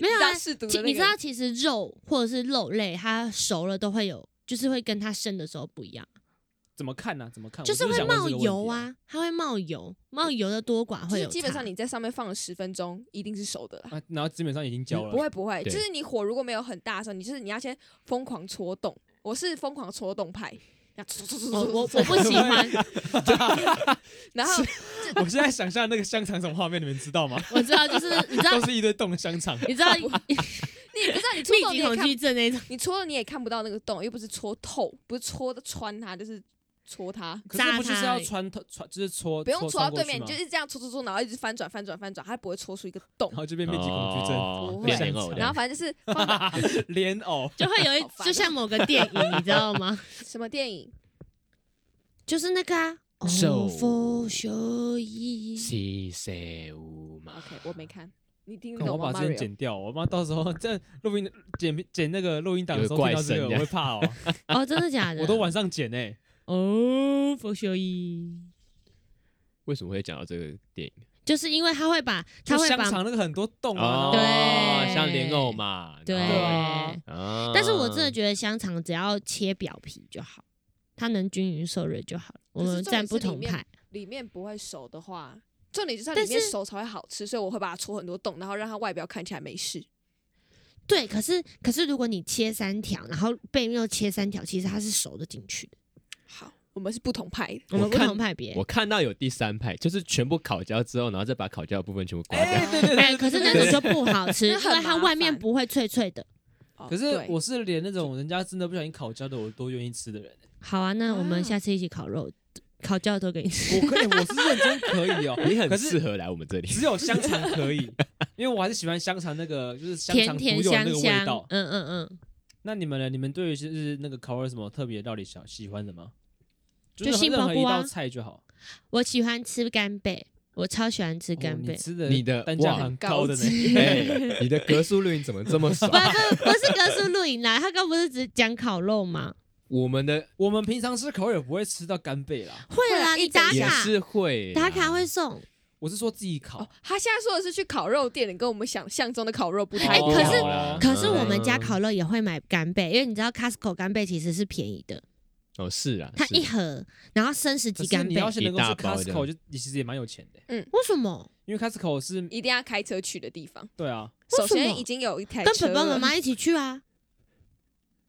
Speaker 4: 没有
Speaker 2: 你知
Speaker 4: 啊
Speaker 2: 道，试毒
Speaker 4: 其
Speaker 2: 的那个，
Speaker 4: 你知道其实肉或者是肉类，它熟了都会有，就是会跟它生的时候不一样，
Speaker 3: 怎么看啊呢、怎么看？
Speaker 4: 就是
Speaker 3: 啊我
Speaker 4: 会
Speaker 3: 想问这
Speaker 4: 冒
Speaker 3: 个问
Speaker 4: 油
Speaker 3: 题。
Speaker 4: 啊，它会冒油，冒油的多寡
Speaker 2: 就
Speaker 4: 会
Speaker 2: 是
Speaker 4: 有。
Speaker 2: 基本上你。在上面放了十分钟，一定是熟的啦。
Speaker 3: 啊，然后基本上已经焦了。
Speaker 2: 不会不会，
Speaker 5: 对
Speaker 2: 就是你火如果没有很大的时候，你就是你要先疯狂戳动。我是疯狂戳动派，然后戳戳戳
Speaker 4: 我
Speaker 2: 戳
Speaker 4: 哦我我
Speaker 2: 戳戳
Speaker 4: 不 喜欢，
Speaker 2: 然后
Speaker 3: 我现在想象那个香肠什么画面，你们知道吗？
Speaker 4: 我知道，就是你知道
Speaker 3: 都，是一堆冻的香肠。
Speaker 4: 你知 道，
Speaker 2: 你也不知 道你戳
Speaker 4: 密
Speaker 2: 动你
Speaker 4: 集
Speaker 2: 也
Speaker 4: 恐
Speaker 2: 看，
Speaker 4: 惧症那种，
Speaker 2: 你戳了你也看不到那个洞，又不是戳透，不是戳的穿它，就是戳它。
Speaker 3: 可是不就
Speaker 4: 扎
Speaker 3: 是
Speaker 4: 它
Speaker 3: 要穿透穿，就是戳，
Speaker 2: 不用戳
Speaker 3: 戳
Speaker 2: 到对面，你就
Speaker 3: 穿过去吗
Speaker 2: 一直这样戳戳戳，然后一直翻转翻转翻转，它不会戳出一个洞
Speaker 3: 然。后就变面积恐惧 症，E
Speaker 5: 哦
Speaker 2: 不会
Speaker 5: 变莲藕
Speaker 2: 然
Speaker 5: 的，
Speaker 2: 后反正就是放 在
Speaker 3: 莲藕。
Speaker 4: 就会有一
Speaker 2: 好，烦哦
Speaker 4: 就像某个电影，你知道 吗？
Speaker 2: 什么电影？
Speaker 4: 就是那个
Speaker 2: 哦
Speaker 4: 啊。
Speaker 5: 手
Speaker 4: 否修一
Speaker 5: 七塞五嘛，
Speaker 2: OK，我没看，你听
Speaker 3: 我
Speaker 2: 懂
Speaker 3: 把
Speaker 2: 吗
Speaker 3: 这边
Speaker 2: ？Mario，
Speaker 3: 剪掉，我妈到时候 在录音剪剪那个录音档的时候
Speaker 5: 有怪
Speaker 3: 听到
Speaker 5: 声
Speaker 3: 这个，
Speaker 5: 这
Speaker 3: 我
Speaker 5: 样
Speaker 3: 会怕 哦。
Speaker 4: 哦，真的假的？
Speaker 3: 我都晚上剪哎，
Speaker 4: 哦，否修一，
Speaker 5: 为什么会讲到这个电影？
Speaker 4: 就是因为他会把他
Speaker 3: 就
Speaker 4: 会
Speaker 3: 香
Speaker 4: 把
Speaker 3: 肠那个很多洞啊
Speaker 5: 哦，
Speaker 4: 对，
Speaker 5: 像莲藕嘛，
Speaker 4: 对
Speaker 5: 然后
Speaker 3: 啊，
Speaker 5: 啊
Speaker 4: 但是我真的觉得香肠只要切表皮就好，它能均匀受热就好了。我
Speaker 2: 是
Speaker 4: 们
Speaker 2: 重点
Speaker 4: 站不
Speaker 2: 是里
Speaker 4: 同
Speaker 2: 面
Speaker 4: 派，
Speaker 2: 里面不会熟的话，重点就是它
Speaker 4: 但
Speaker 2: 里面
Speaker 4: 是
Speaker 2: 熟才会好吃，所以我会把它戳很多洞，然后让它外表看起来没事。
Speaker 4: 对。可是可是如果你切三条，然后背面又切三条，其实它是熟的进去的。
Speaker 2: 好，我们是不同派的。
Speaker 4: 我们不
Speaker 5: 看
Speaker 4: 同派别
Speaker 5: 我，看到有第三派，就是全部烤焦之后，然后再把烤焦的部分全部刮掉。
Speaker 3: 对对
Speaker 4: 哎，可是那种就不好吃，因
Speaker 2: 那很
Speaker 4: 为它
Speaker 2: 麻
Speaker 4: 外面
Speaker 2: 烦
Speaker 4: 不会脆脆的。
Speaker 2: 哦
Speaker 3: 可是
Speaker 2: 对
Speaker 3: 我是连那种人家真的不小心烤焦的，我都愿意吃的人。
Speaker 4: 好啊，那我们
Speaker 2: 啊
Speaker 4: 下次一起烤肉，烤焦都给 你
Speaker 3: 欸
Speaker 4: 吃。
Speaker 3: 我可以，我是认真可以哦。
Speaker 5: 你很
Speaker 3: 可是
Speaker 5: 适合来我们这里，
Speaker 3: 只有香肠可以，因为我还是喜欢香肠那个就是香
Speaker 4: 甜
Speaker 3: 肠
Speaker 4: 甜
Speaker 3: 独有的
Speaker 4: 香
Speaker 3: 那个
Speaker 4: 香
Speaker 3: 味道，。
Speaker 4: 嗯嗯嗯，
Speaker 3: 那你们呢？你们对于就是那个烤肉有什么特别料理想喜欢的吗？
Speaker 4: 就是杏
Speaker 3: 任
Speaker 4: 鲍
Speaker 3: 何一
Speaker 4: 菇啊
Speaker 3: 道菜就好。
Speaker 4: 我喜欢吃干贝，我超喜欢吃
Speaker 3: 哦
Speaker 4: 干贝。
Speaker 3: 你吃的
Speaker 5: 你的
Speaker 3: 单价
Speaker 5: 哇
Speaker 3: 很高的
Speaker 2: 高
Speaker 3: 呢。
Speaker 2: 级
Speaker 5: 哎，你的格数率怎么这么少
Speaker 4: 不？ 不不是格数露营啦，他刚不是只讲烤肉吗？
Speaker 5: 我们的
Speaker 3: 我们平常吃烤肉也不会吃到干贝啦，
Speaker 4: 会啦，
Speaker 2: 会啊
Speaker 4: 你打
Speaker 5: 也
Speaker 4: 卡
Speaker 5: 是会啦
Speaker 4: 打卡会送。
Speaker 3: 我是说自己烤
Speaker 2: 哦。，他现在说的是去烤肉店，你跟我们想象中的烤肉不太一
Speaker 4: 哎
Speaker 3: 哦
Speaker 2: 样。
Speaker 4: 可是
Speaker 5: 好啦
Speaker 4: 可是我们家
Speaker 5: 嗯
Speaker 4: 烤肉也会买干贝，因为你知道 Costco 干贝其实是便宜的，
Speaker 5: 哦是啊，
Speaker 4: 它
Speaker 5: 是
Speaker 4: 一盒然后生十
Speaker 3: 嗯可
Speaker 4: 几
Speaker 3: 是
Speaker 4: 干
Speaker 3: 你
Speaker 4: 贝，
Speaker 3: 要是能够
Speaker 5: 一
Speaker 3: 吃
Speaker 5: 大包这样
Speaker 3: Costco，就你其实也蛮有钱的，
Speaker 4: 为什么？
Speaker 3: 因为 Costco 是
Speaker 2: 一定要开车去的地方，
Speaker 3: 对 啊，
Speaker 2: 首
Speaker 4: 为什么
Speaker 2: 先已经有一台
Speaker 4: 跟
Speaker 2: 车
Speaker 4: 爸爸妈
Speaker 2: 了，
Speaker 4: 妈一起去啊，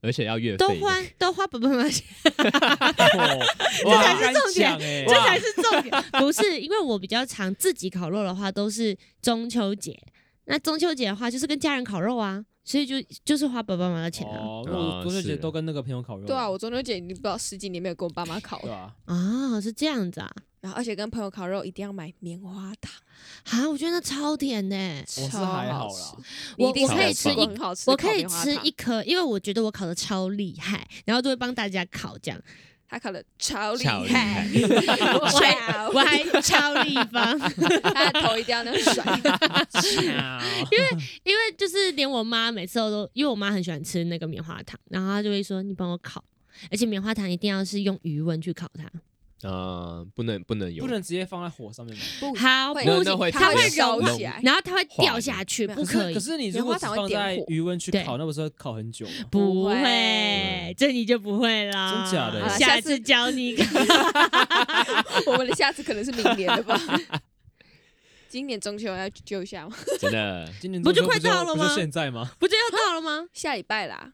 Speaker 5: 而且要月费
Speaker 4: 都
Speaker 5: 的，
Speaker 4: 花都花爸爸妈妈钱，
Speaker 3: 哦这
Speaker 4: 才是重点
Speaker 3: 点
Speaker 4: 这才是重点。不是因为我比较常自己烤肉的话，都是中秋节。那中秋节的话，就是跟家人烤肉啊，所以就就是花爸爸妈妈的钱啊。
Speaker 3: 哦，我
Speaker 5: 啊
Speaker 3: 中秋节
Speaker 5: 是
Speaker 3: 都跟那个朋友烤肉。
Speaker 2: 对啊，我中秋节已经不知道十几年没有跟我爸妈烤
Speaker 3: 对
Speaker 2: 了，
Speaker 3: 啊，
Speaker 4: 哦，是这样子啊。
Speaker 2: 然后而且跟朋友烤肉一定要买棉花糖，
Speaker 4: 啊，我觉得那超甜的欸、
Speaker 3: 我是还
Speaker 2: 超
Speaker 3: 好
Speaker 2: 好吃
Speaker 3: 啦。
Speaker 2: 你
Speaker 4: 我
Speaker 2: 一定
Speaker 4: 我可以
Speaker 2: 吃
Speaker 4: 吃
Speaker 5: 过
Speaker 4: 一，
Speaker 2: 很好吃，
Speaker 4: 我可以吃一，颗，因为我觉得我烤的超厉害，然后都会帮大家烤这样，
Speaker 2: 他烤的超厉
Speaker 5: 超厉
Speaker 2: 害，
Speaker 5: 害
Speaker 2: 我
Speaker 4: 我
Speaker 2: 哦
Speaker 4: 还我还超立方，
Speaker 2: 他的头一定要那样甩，
Speaker 4: 因为就是连我妈每次都，因为我妈很喜欢吃那个棉花糖，然后她就会说你帮我烤，而且棉花糖一定要是用余温去烤它，
Speaker 5: 啊，不能不能有，
Speaker 3: 不能直接放在火上面吗？
Speaker 2: 不
Speaker 4: 好
Speaker 2: 会
Speaker 4: 不
Speaker 5: 那
Speaker 4: 行，
Speaker 5: 会
Speaker 4: 它
Speaker 5: 会
Speaker 4: 会
Speaker 2: 烧
Speaker 4: 融
Speaker 5: 融
Speaker 2: 起来，
Speaker 4: 然后它会掉
Speaker 5: 化
Speaker 4: 下去，
Speaker 2: 没有
Speaker 4: 不
Speaker 3: 可是哎
Speaker 4: 可以
Speaker 3: 可，是你
Speaker 2: 棉
Speaker 3: 如果
Speaker 2: 花
Speaker 3: 只
Speaker 2: 糖会
Speaker 3: 放
Speaker 2: 点
Speaker 3: 在
Speaker 2: 火
Speaker 3: 余温去
Speaker 4: 对
Speaker 3: 烤，那不是会烤很久吗？
Speaker 4: 不
Speaker 2: 不会
Speaker 4: 会，这你就不会啦，
Speaker 3: 真假的
Speaker 2: 好啦下
Speaker 4: 下
Speaker 2: 次
Speaker 4: 次教 你烤。
Speaker 2: 我们的下次可能是明年了吧。今年中秋要去救一下吗？
Speaker 5: 真 的
Speaker 3: 今年
Speaker 4: 不就
Speaker 3: 中秋
Speaker 4: 快到了
Speaker 3: 不就
Speaker 4: 吗
Speaker 3: 现在吗？
Speaker 4: 不就要 到了吗？
Speaker 2: 下礼拜啦，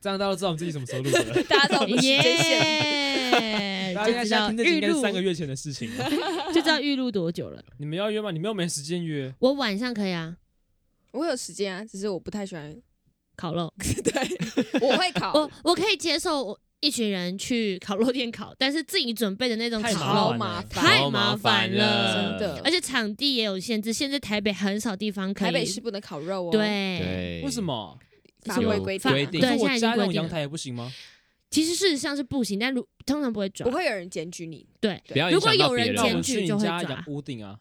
Speaker 3: 这样大家都知道我们自己什么时候录的 了。
Speaker 2: 大家知道我们时间线了
Speaker 4: 耶！
Speaker 3: 大家应该
Speaker 4: 就知
Speaker 3: 现在
Speaker 4: 道
Speaker 3: 听这集应
Speaker 4: 预
Speaker 3: 该是
Speaker 4: 录
Speaker 3: 三个月前的事情了。
Speaker 4: 就知道预录多久了。
Speaker 3: 你们要约吗？你们又没时间约。
Speaker 4: 我晚上可以啊，
Speaker 2: 我有时间啊，只是我不太喜欢。
Speaker 4: 烤 肉。
Speaker 2: 对， 我会烤
Speaker 4: 我我可以接受我一群人去烤肉店烤，但是自己准备的那种
Speaker 3: 太
Speaker 4: 烤
Speaker 2: 超
Speaker 4: 肉，
Speaker 2: 麻
Speaker 3: 太
Speaker 2: 烦，
Speaker 4: 太麻烦了
Speaker 2: 真的
Speaker 4: 而且场地也有限制。现在台北很少地方可以，
Speaker 2: 台北市不能烤肉哦，，
Speaker 4: 对，
Speaker 5: 对，
Speaker 3: 为什？么？
Speaker 2: 法
Speaker 4: 有
Speaker 2: 规规定
Speaker 5: 规
Speaker 2: 啊
Speaker 5: 定
Speaker 3: 可
Speaker 4: 对
Speaker 3: 是我
Speaker 4: 现在已经
Speaker 3: 家那
Speaker 4: 规
Speaker 3: 种
Speaker 4: 定
Speaker 3: 阳
Speaker 4: 了
Speaker 3: 台也不行吗？
Speaker 4: 其实事实上是不行，但如通常不会抓
Speaker 2: 不。会有人检举你。
Speaker 4: 对，
Speaker 5: 不要
Speaker 4: 如
Speaker 5: 影
Speaker 4: 果
Speaker 5: 响到
Speaker 4: 有
Speaker 5: 别
Speaker 4: 人
Speaker 5: 人
Speaker 3: 那我
Speaker 4: 检
Speaker 3: 们
Speaker 4: 举
Speaker 3: 去
Speaker 4: 就
Speaker 3: 你
Speaker 4: 会
Speaker 3: 家
Speaker 4: 抓
Speaker 3: 阳屋顶啊，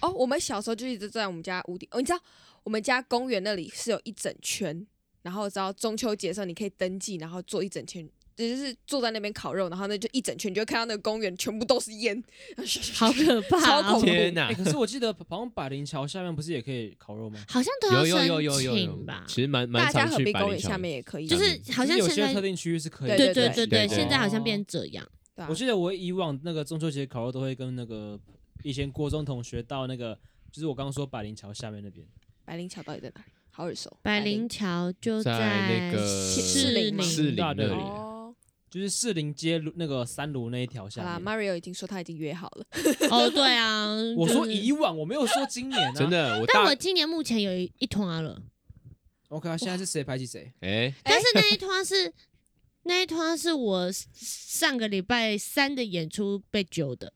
Speaker 2: 哦，我们小时候就一直在我们家屋顶，哦，你知道我们家公园那里是有一整圈，然后只要中秋节的时候你可以登记，然后坐一整圈。就是坐在那边烤肉，然后那就一整圈，你就会看到那个公园全部都是烟，然后咻咻咻
Speaker 4: 好可 怕、
Speaker 2: 超
Speaker 4: 哦
Speaker 2: 恐怖！
Speaker 5: 天哪
Speaker 3: 哎，！可是我记得好像百灵桥下面不是也可以烤肉吗？
Speaker 4: 好像都要
Speaker 5: 有有有有
Speaker 4: 申
Speaker 5: 有
Speaker 4: 请
Speaker 5: 有
Speaker 4: 吧，？
Speaker 5: 其实蛮蛮
Speaker 2: 大家
Speaker 5: 常
Speaker 2: 河
Speaker 5: 去
Speaker 2: 滨
Speaker 5: 百
Speaker 2: 公
Speaker 5: 灵
Speaker 2: 园下
Speaker 5: 桥。
Speaker 2: 面也可以，
Speaker 4: 就
Speaker 2: 对
Speaker 4: 是好像
Speaker 3: 有
Speaker 4: 现
Speaker 3: 些特
Speaker 4: 在
Speaker 3: 定区域是可以
Speaker 2: 对
Speaker 3: 的。
Speaker 4: 对
Speaker 2: 对
Speaker 4: 对
Speaker 5: 对对
Speaker 4: 现在好像
Speaker 3: 哦
Speaker 4: 变这样。
Speaker 2: 啊
Speaker 3: 我记得我以往那个中秋节烤肉都会跟那个以前国中同学到那个，就是我刚刚说百灵桥下面那边，
Speaker 2: 百灵桥到底在哪？好耳熟，
Speaker 4: 百灵桥就
Speaker 5: 在那个
Speaker 4: 士林，
Speaker 5: 士林那
Speaker 3: 对
Speaker 5: 里，
Speaker 2: 哦，
Speaker 3: 就是士林街路那个三卢那一条
Speaker 2: 好
Speaker 3: 啊下
Speaker 2: 啦
Speaker 3: 面。
Speaker 2: ，Mario 已经说他已经约好了，
Speaker 4: 哦，对啊，
Speaker 3: 我
Speaker 4: 就
Speaker 3: 说
Speaker 4: 是
Speaker 3: 以往，我没有说今年 啊。
Speaker 5: 真的，我
Speaker 4: 但
Speaker 5: 大
Speaker 4: 我今年目前有一一团了，
Speaker 3: OK 啊，现在是谁排 挤谁？
Speaker 5: 哎，
Speaker 4: 但是那一团是那一团是我上个礼拜三的演出被揪的，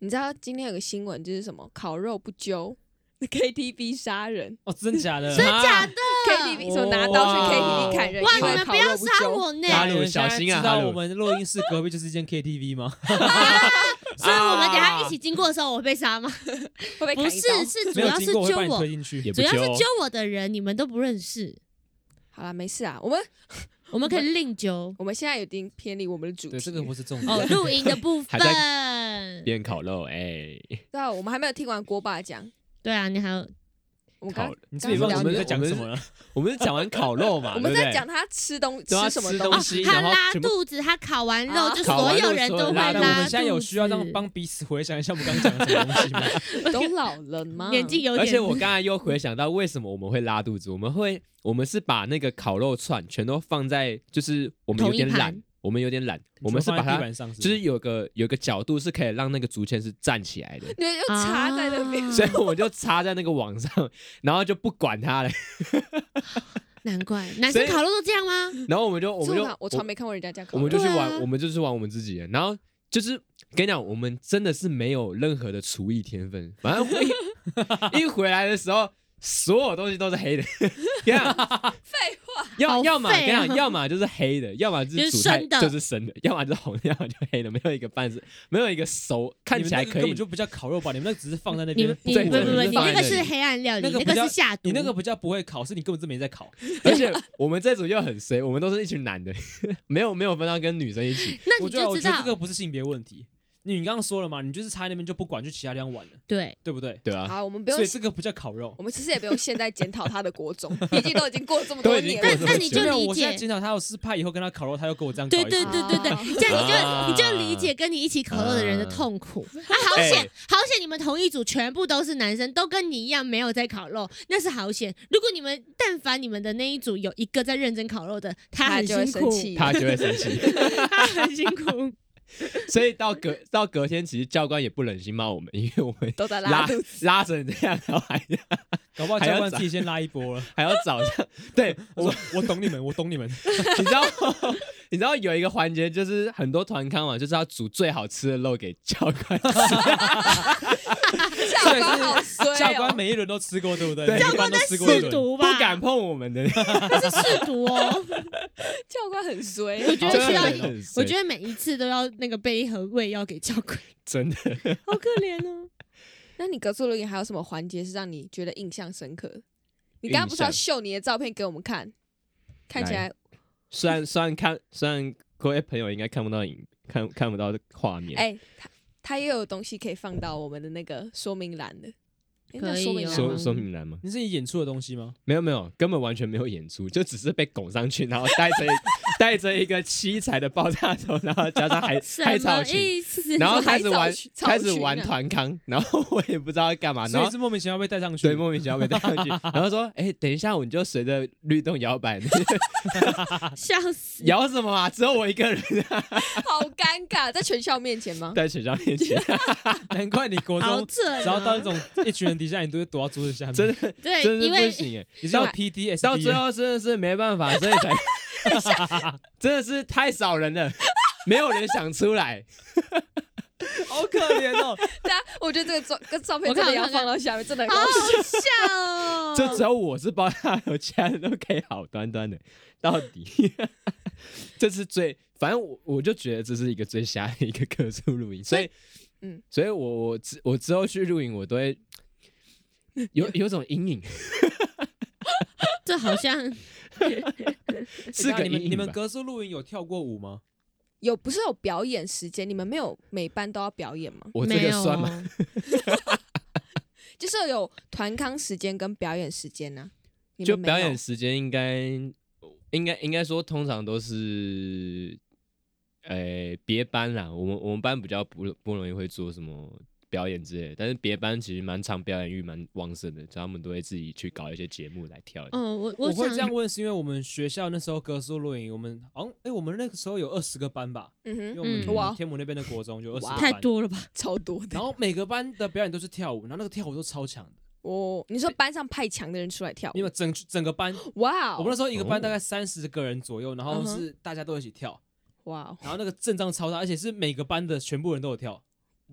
Speaker 2: 你知道今天有个新闻就是什么？烤肉不揪 ，KTV 杀人
Speaker 3: 哦，真假的？
Speaker 4: 真假
Speaker 3: 的？
Speaker 4: 的？
Speaker 2: ，KTV 什么拿刀去
Speaker 5: 哇
Speaker 2: KTV 砍人，
Speaker 4: 啊哇，
Speaker 2: 因
Speaker 4: 你
Speaker 2: 为
Speaker 4: 们
Speaker 2: 烤
Speaker 4: 不要
Speaker 2: 肉不
Speaker 4: 杀
Speaker 2: 揪
Speaker 4: 我呢！
Speaker 5: 哈鲁小心啊
Speaker 3: 知道
Speaker 5: 哈鲁
Speaker 3: 我们录音室隔壁就是一间 KTV 吗？
Speaker 4: 所以我们等下一起经过的时候，我会被杀吗？
Speaker 2: 啊会被
Speaker 4: 不
Speaker 2: 砍一刀
Speaker 4: 是，。是主
Speaker 3: 没有
Speaker 4: 要
Speaker 3: 经
Speaker 4: 是
Speaker 3: 过我会
Speaker 4: 揪
Speaker 3: 把你
Speaker 4: 我
Speaker 3: 推，哦进去
Speaker 5: 也。不
Speaker 4: 主要是
Speaker 5: 揪
Speaker 4: 揪我的人，你们都不认识，
Speaker 2: 好啦，没事啊，我们
Speaker 4: 我们可以另揪。
Speaker 2: 我们现在有点偏离我们的主
Speaker 3: 对，这
Speaker 2: 题
Speaker 3: 个。不是重点。
Speaker 4: 哦， 露营的部
Speaker 5: 还
Speaker 4: 分，
Speaker 5: 边烤肉， 哎，
Speaker 2: 对啊，我们还没有听完锅爸讲，
Speaker 4: 对啊，你还有
Speaker 2: 我们
Speaker 5: 烤
Speaker 2: 刚
Speaker 5: 肉，
Speaker 3: 你自己忘记你在讲什么了？
Speaker 5: 我们是讲完烤肉嘛，
Speaker 2: 我们
Speaker 5: 对不对
Speaker 2: 在讲他吃东
Speaker 5: 对啊
Speaker 2: 吃什么
Speaker 5: 吃
Speaker 4: 哦
Speaker 5: 东
Speaker 2: 东西，
Speaker 5: 西
Speaker 4: 他
Speaker 5: 然后
Speaker 4: 拉
Speaker 5: 全部
Speaker 4: 肚子，他烤完肉
Speaker 2: 啊
Speaker 4: 就
Speaker 5: 烤
Speaker 4: 所
Speaker 5: 完
Speaker 4: 有
Speaker 5: 肉
Speaker 4: 人
Speaker 5: 所有
Speaker 4: 都会
Speaker 5: 人拉
Speaker 4: 拉肚
Speaker 3: 但
Speaker 4: 子。
Speaker 3: 我们现在有需要让帮彼此回想一下我们刚刚讲的什么东西吗？
Speaker 2: 都老了吗？
Speaker 4: 年纪嗯有点，
Speaker 5: 而且我刚才又回想到为什么我们会拉肚子，我们会我们是把那个烤肉串全都放在，就是我们有点
Speaker 4: 同一
Speaker 5: 懒
Speaker 4: 盘，嗯
Speaker 5: 我们有点懒， 我们是
Speaker 3: 放
Speaker 5: 把
Speaker 3: 在地
Speaker 5: 它
Speaker 3: 板上不，
Speaker 5: 就是有个有个角度是可以让那个竹签是站起来
Speaker 4: 嗯
Speaker 5: 的，
Speaker 2: 你们又插在那边，
Speaker 4: 啊
Speaker 5: 所以我就插在那个网上，然后就不管它 了，
Speaker 4: 难怪男
Speaker 5: 所
Speaker 4: 生
Speaker 5: 以
Speaker 4: 烤肉都这样吗？
Speaker 5: 然后我们就我们
Speaker 2: 真
Speaker 5: 就
Speaker 2: 的啊我从来没看过人家这样烤
Speaker 5: 我
Speaker 2: 肉。
Speaker 5: 们就去
Speaker 4: 对啊
Speaker 5: 玩，我们就去玩我们自己的。然后就是跟你讲，我们真的是没有任何的厨艺天分，反正回一回来的时候，所有东西都是黑的。跟你讲，
Speaker 2: 废话，
Speaker 5: 要
Speaker 4: 好
Speaker 5: 要么
Speaker 4: 废
Speaker 5: 跟你讲，
Speaker 4: 哦
Speaker 5: 要么就是黑的，要么就
Speaker 4: 就是
Speaker 5: 是煮菜
Speaker 4: 生的
Speaker 5: 就是生的，要么就是红的，要么就黑的，没有一个半是，没有一个熟，看起来
Speaker 3: 你们那个
Speaker 5: 可
Speaker 3: 根
Speaker 5: 以
Speaker 3: 本就不叫烤肉吧？你们那只是放在那
Speaker 4: 你
Speaker 3: 边
Speaker 4: 们，你
Speaker 5: 对
Speaker 4: 不不
Speaker 5: 对
Speaker 4: 不，
Speaker 5: 对
Speaker 4: 你
Speaker 5: 放在
Speaker 4: 那个
Speaker 5: 那
Speaker 4: 是
Speaker 5: 里
Speaker 4: 黑暗料理，
Speaker 3: 那个
Speaker 4: 那
Speaker 3: 比较
Speaker 4: 是下毒。
Speaker 3: 你那个不叫不会烤，是你根本就没在烤。
Speaker 5: 而且我们这组又很随，我们都是一群男的，没有没有分到跟女生一起。
Speaker 4: 那
Speaker 3: 我
Speaker 4: 你
Speaker 3: 觉得
Speaker 4: 就
Speaker 3: 我
Speaker 4: 知
Speaker 3: 觉得这个
Speaker 4: 道，
Speaker 3: 不是性别问题。你刚刚说了嘛，你就是插在那边就不管，去其他地方玩了，
Speaker 4: 对，
Speaker 3: 对不对？
Speaker 5: 对啊，
Speaker 2: 好，我们不用
Speaker 3: 所以这个不叫烤肉
Speaker 2: 我。们其实也不用现在检讨他的国中，毕竟都已经过这么
Speaker 5: 都
Speaker 2: 多
Speaker 5: 已经
Speaker 2: 年
Speaker 5: 过
Speaker 2: 了
Speaker 5: 这。么
Speaker 4: 但你
Speaker 5: 久
Speaker 4: 就
Speaker 5: 了
Speaker 3: 没有，
Speaker 4: 理
Speaker 3: 我现在
Speaker 4: 解。
Speaker 3: 检讨他，我是怕以后跟他烤肉，他又跟我这样搞一
Speaker 4: 对
Speaker 3: 次。
Speaker 4: 对对对对，这样你就
Speaker 5: 啊
Speaker 4: 你就理解跟你一起烤肉的人的痛苦啊！好险
Speaker 5: 哎
Speaker 4: 好险，你们同一组全部都是男生，都跟你一样没有在烤肉，那是好险。如果你们但凡你们的那一组有一个在认真烤肉的，
Speaker 2: 他
Speaker 4: 很
Speaker 2: 就会
Speaker 4: 辛
Speaker 2: 生
Speaker 4: 苦，
Speaker 2: 气
Speaker 5: 他就会生气。
Speaker 4: 他很辛 苦。
Speaker 5: 所以到隔到隔天，其实教官也不忍心骂我们，因为我们
Speaker 2: 都在拉
Speaker 5: 拉
Speaker 2: 肚子，
Speaker 5: 拉成这样，然后还
Speaker 3: 搞不好
Speaker 5: 还要
Speaker 3: 教官
Speaker 5: 找
Speaker 3: 自己先拉一波了。
Speaker 5: 还要早 上。对
Speaker 3: 我
Speaker 5: 我，
Speaker 3: 我懂你们，我懂你们。
Speaker 5: 你知道 你知道有一个环节就是很多团康嘛，就是要煮最好吃的肉给教官吃。
Speaker 2: 教官好衰哦。
Speaker 3: 教官每一轮都吃过，对不对？
Speaker 5: 对
Speaker 3: 每一关都吃过一
Speaker 4: 试
Speaker 3: 轮。
Speaker 4: 毒吧，
Speaker 5: 不敢碰我们的，
Speaker 4: 这是试毒 哦。
Speaker 2: 教官很衰，
Speaker 4: 我觉得
Speaker 5: 真的
Speaker 4: 需要
Speaker 5: 很
Speaker 4: 一
Speaker 5: 很衰
Speaker 4: 我觉得每一次都要那个备一盒胃药给教官，
Speaker 5: 真的
Speaker 4: 好可怜哦。
Speaker 2: 那你格数录影还有什么环节是让你觉得印象深刻的？你刚刚不是要
Speaker 5: 印
Speaker 2: 秀你的照片给我们看？看起来
Speaker 5: 虽然虽然看虽然各位朋友应该看不到影看看不到画面，
Speaker 2: 哎、他他也有东西可以放到我们的那个说明栏的。诶那
Speaker 4: 可以
Speaker 2: 说明
Speaker 4: 哦
Speaker 2: 栏
Speaker 5: 说
Speaker 2: 吗
Speaker 5: 说明栏吗？
Speaker 3: 你是你演出的东西吗？
Speaker 5: 没有没有，根本完全没有演出，就只是被拱上去，然后带 着一带着一个七彩的爆炸头，然后加上海海
Speaker 4: 什
Speaker 5: 草
Speaker 4: 么
Speaker 5: 裙，
Speaker 4: 意思？
Speaker 5: 然后
Speaker 2: 海
Speaker 5: 开始
Speaker 2: 草
Speaker 5: 玩
Speaker 2: 裙，草
Speaker 5: 开始
Speaker 2: 裙
Speaker 5: 玩
Speaker 2: 啊
Speaker 5: 团康，然后我也不知道要干嘛，啊然
Speaker 3: 所以
Speaker 5: 后
Speaker 3: 是莫名其妙被带上 去。
Speaker 5: 对莫名其妙被带 上去，然后说：“哎、等一下，我们就随着律动摇 摆，
Speaker 4: 笑死！
Speaker 5: 摇什么啊？只有我一个人
Speaker 2: 好尴尬，在全校 面前吗？
Speaker 5: 在学校面前，
Speaker 3: 难怪你国
Speaker 4: 好
Speaker 3: 中
Speaker 4: 准哦、
Speaker 3: 只要到那种一群人底下，你都会躲到桌子下面。
Speaker 5: 真的
Speaker 4: 对，
Speaker 5: 真的
Speaker 4: 因
Speaker 5: 不
Speaker 4: 为
Speaker 5: 行哎。
Speaker 3: 你是有
Speaker 5: 到
Speaker 3: PTSD
Speaker 5: 到最后真的是没办法，所以才 真的是太少人了，没有人想出来。
Speaker 3: 好可怜哦。
Speaker 2: 大家，啊我觉得这个照跟照片
Speaker 4: 我
Speaker 2: 真
Speaker 4: 看
Speaker 2: 的要
Speaker 4: 我看
Speaker 2: 放到下面，真的很
Speaker 4: 好
Speaker 2: 搞笑。
Speaker 4: 好笑 哦、
Speaker 5: 就只有我是爆炸头，其他人都可以好端端的， 到底 这是最，反正我我就觉得这是一个最瞎的一个特殊露营，所以，
Speaker 2: 嗯
Speaker 5: 嗯，所以我我之我之后去露营，我都会有有种阴影，
Speaker 4: 这好像
Speaker 5: 是
Speaker 3: 欸
Speaker 5: 个
Speaker 3: 你
Speaker 5: 阴
Speaker 3: 们
Speaker 5: 影
Speaker 3: 你们
Speaker 5: 吧
Speaker 3: 格子露营有跳过舞吗？
Speaker 2: 有不是有表演时间？你们没有每班都要表演吗？
Speaker 5: 我这
Speaker 4: 没
Speaker 5: 个
Speaker 4: 有
Speaker 5: 酸吗？
Speaker 4: 哦。
Speaker 2: 就是有团康时间跟表演时间呢、你们
Speaker 5: 就
Speaker 2: 没
Speaker 5: 表演
Speaker 2: 有
Speaker 5: 时间应该应该应该说通常都是，诶别班啦，我们我们班比较不不容易会做什么表演之类的，但是别班其实蛮常表演欲蛮旺盛的，所以他们都会自己去搞一些节目来跳。
Speaker 4: 哦，我
Speaker 3: 我会
Speaker 4: 想
Speaker 3: 这样问，是因为我们学校那时候格子露营，我们好像哎、我们那个时候有二十个班吧，
Speaker 2: 嗯
Speaker 3: 因为
Speaker 2: 哼，
Speaker 3: 我们
Speaker 4: 嗯
Speaker 2: 哇
Speaker 3: 天母那边的国中有二十
Speaker 2: 哇
Speaker 3: 个
Speaker 4: 哦太
Speaker 3: 班，
Speaker 4: 多了吧？
Speaker 2: 超多
Speaker 3: 然
Speaker 2: 的。
Speaker 3: 后每个班的表演都是跳舞，然后那个跳舞都超强的，
Speaker 2: 哦，你说班上派强的人出来跳
Speaker 3: 因
Speaker 2: 舞
Speaker 3: 为？整整个班，
Speaker 2: 哇
Speaker 3: 我们那
Speaker 2: 哦，
Speaker 3: 时候一个班
Speaker 5: 哦
Speaker 3: 大概三十个人左右，
Speaker 2: 嗯
Speaker 3: 然后
Speaker 2: 哼
Speaker 3: 是大家都一起跳，
Speaker 2: 哇哦，
Speaker 3: 然后那个阵仗超大，而且是每个班的全部人都有跳，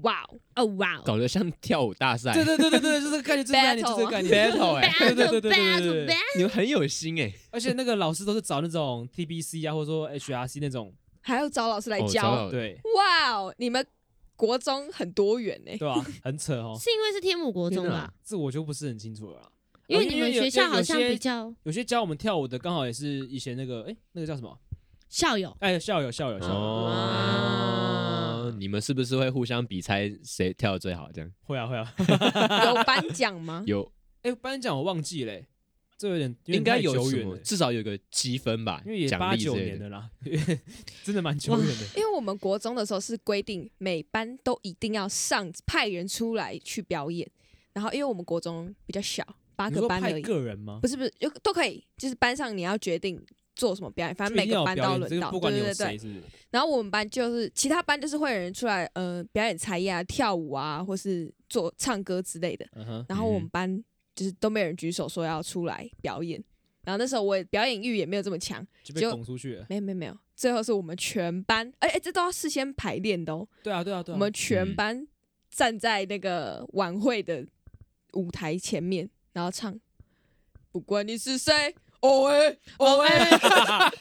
Speaker 2: 哇哦，
Speaker 4: 哦哇哦
Speaker 5: 搞得像跳舞大赛
Speaker 3: 对对对对对，就是概念，就是概念，就是概念。
Speaker 5: battle 哎、
Speaker 3: 对对对对对对对
Speaker 4: ，battle
Speaker 3: 对
Speaker 4: battle，
Speaker 5: 你们很有心哎、
Speaker 3: 而且那个老师都是找那种 TBC 啊，或者说 HRC 那种，
Speaker 2: 还要找老师来
Speaker 5: 哦
Speaker 2: 教？啊
Speaker 5: 找老
Speaker 3: 对
Speaker 2: 哇哦，你们国中很多元欸 呢、
Speaker 3: 对吧？很扯哦。
Speaker 4: 是因为是天母国中
Speaker 5: 天哪
Speaker 4: 吧？
Speaker 3: 这我就不是很清楚了啦。
Speaker 4: 因为
Speaker 3: 呃
Speaker 4: 你们
Speaker 3: 有
Speaker 4: 学校好像
Speaker 3: 有些
Speaker 4: 比较
Speaker 3: 有些教我们跳舞的，刚好也是以前那个，哎，那个叫什么？
Speaker 4: 校友，
Speaker 3: 哎，校友，校友，校友，
Speaker 5: 哦
Speaker 4: 哇，
Speaker 5: 嗯你们是不是会互相比猜谁跳的最好？这样
Speaker 3: 会啊，会啊。
Speaker 2: 有颁奖吗？
Speaker 5: 有
Speaker 3: 哎，颁奖我忘记嘞，这有点
Speaker 5: 应该有
Speaker 3: 有点太久
Speaker 5: 什
Speaker 3: 远
Speaker 5: 么，
Speaker 3: 了，
Speaker 5: 至少有个积分吧，
Speaker 3: 因为也
Speaker 5: 奖
Speaker 3: 八
Speaker 5: 励之
Speaker 3: 九
Speaker 5: 类
Speaker 3: 年
Speaker 5: 的
Speaker 3: 的啦， 真的蛮久远的。
Speaker 2: 因为我们国中的时候是规定每班都一定要上派人出来去表演，然后因为我们国中比较小，八
Speaker 3: 你
Speaker 2: 个
Speaker 3: 说
Speaker 2: 班而
Speaker 3: 派
Speaker 2: 已，
Speaker 3: 个人吗？
Speaker 2: 不是不是，有都可以，就是班上你要决定做什么表演，反正
Speaker 3: 就一
Speaker 2: 每
Speaker 3: 定要
Speaker 2: 个
Speaker 3: 有
Speaker 2: 班都
Speaker 3: 表
Speaker 2: 要
Speaker 3: 演
Speaker 2: 轮
Speaker 3: 这个
Speaker 2: 到，
Speaker 3: 不管你
Speaker 2: 对
Speaker 3: 有
Speaker 2: 对
Speaker 3: 谁
Speaker 2: 对。
Speaker 3: 是不是
Speaker 2: 然后我们班就是其他班就是会有人出来呃表演才艺啊、跳舞啊，或是做唱歌之类的。
Speaker 3: 嗯哼，
Speaker 2: 然后我
Speaker 5: 嗯
Speaker 2: 们班就是都没有人举手说要出来表演。然后那时候我也表演欲也没有这么强，
Speaker 3: 就被
Speaker 2: 就
Speaker 3: 拱出去了。
Speaker 2: 没有没有没有，最后是我们全班，哎哎，这都要事先排练的哦。
Speaker 3: 对啊，对啊，对
Speaker 2: 我
Speaker 3: 啊。
Speaker 2: 们全班站在那个晚会的舞台前面，然后唱，不管你是谁，哦喂哦喂，
Speaker 3: 你啊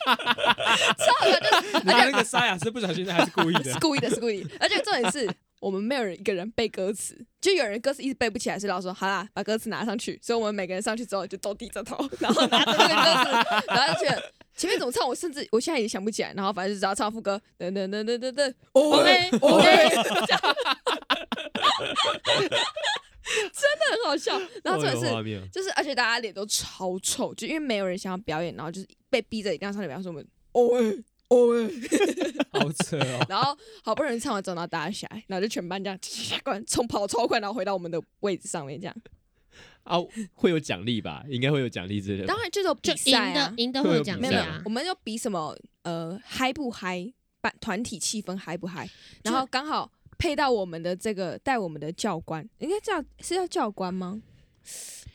Speaker 3: 看那个沙哑是不小心的还是故意
Speaker 2: 是
Speaker 3: 的？
Speaker 2: 故意的，是故意的。而且重点是我们没有人一个人背歌词，就有人歌词一直背不起来，是老师说好啦，把歌词拿上去。所以我们每个人上去之后就都低着头， 然后拿着那个歌词，然后就觉得前面怎么唱，我甚至我现在也想不起来。然后反正就只要唱副歌，噔噔噔噔噔噔，哦喂哦喂，这样 真的很好笑。然后重点是。
Speaker 5: 面
Speaker 2: 就是而且大家脸都超臭，就因为没有人想要表演，然后就是被逼着一定要上去表演，说我们哦喂哦喂，
Speaker 3: 好扯哦。
Speaker 2: 然后好不容易唱完之后，然后大家起来，然后就全班这样 关冲跑超快，然后回到我们的位置上面这样。
Speaker 5: 啊，会有奖励吧？应该会有奖励之类的吧。
Speaker 2: 当然就是有
Speaker 4: 就
Speaker 2: 比
Speaker 4: 赢
Speaker 2: 赛
Speaker 4: 的
Speaker 2: 啊，
Speaker 4: 赢的
Speaker 5: 会
Speaker 4: 会
Speaker 5: 有
Speaker 4: 有奖
Speaker 5: 比
Speaker 2: 没
Speaker 4: 励
Speaker 2: 有没
Speaker 5: 赛
Speaker 2: 有
Speaker 5: 啊
Speaker 4: 啊，
Speaker 2: 我。们就比什么呃嗨不嗨，班团体气氛嗨不嗨，然后刚好配到我们的这个带我们的教官，应该叫是叫教官吗？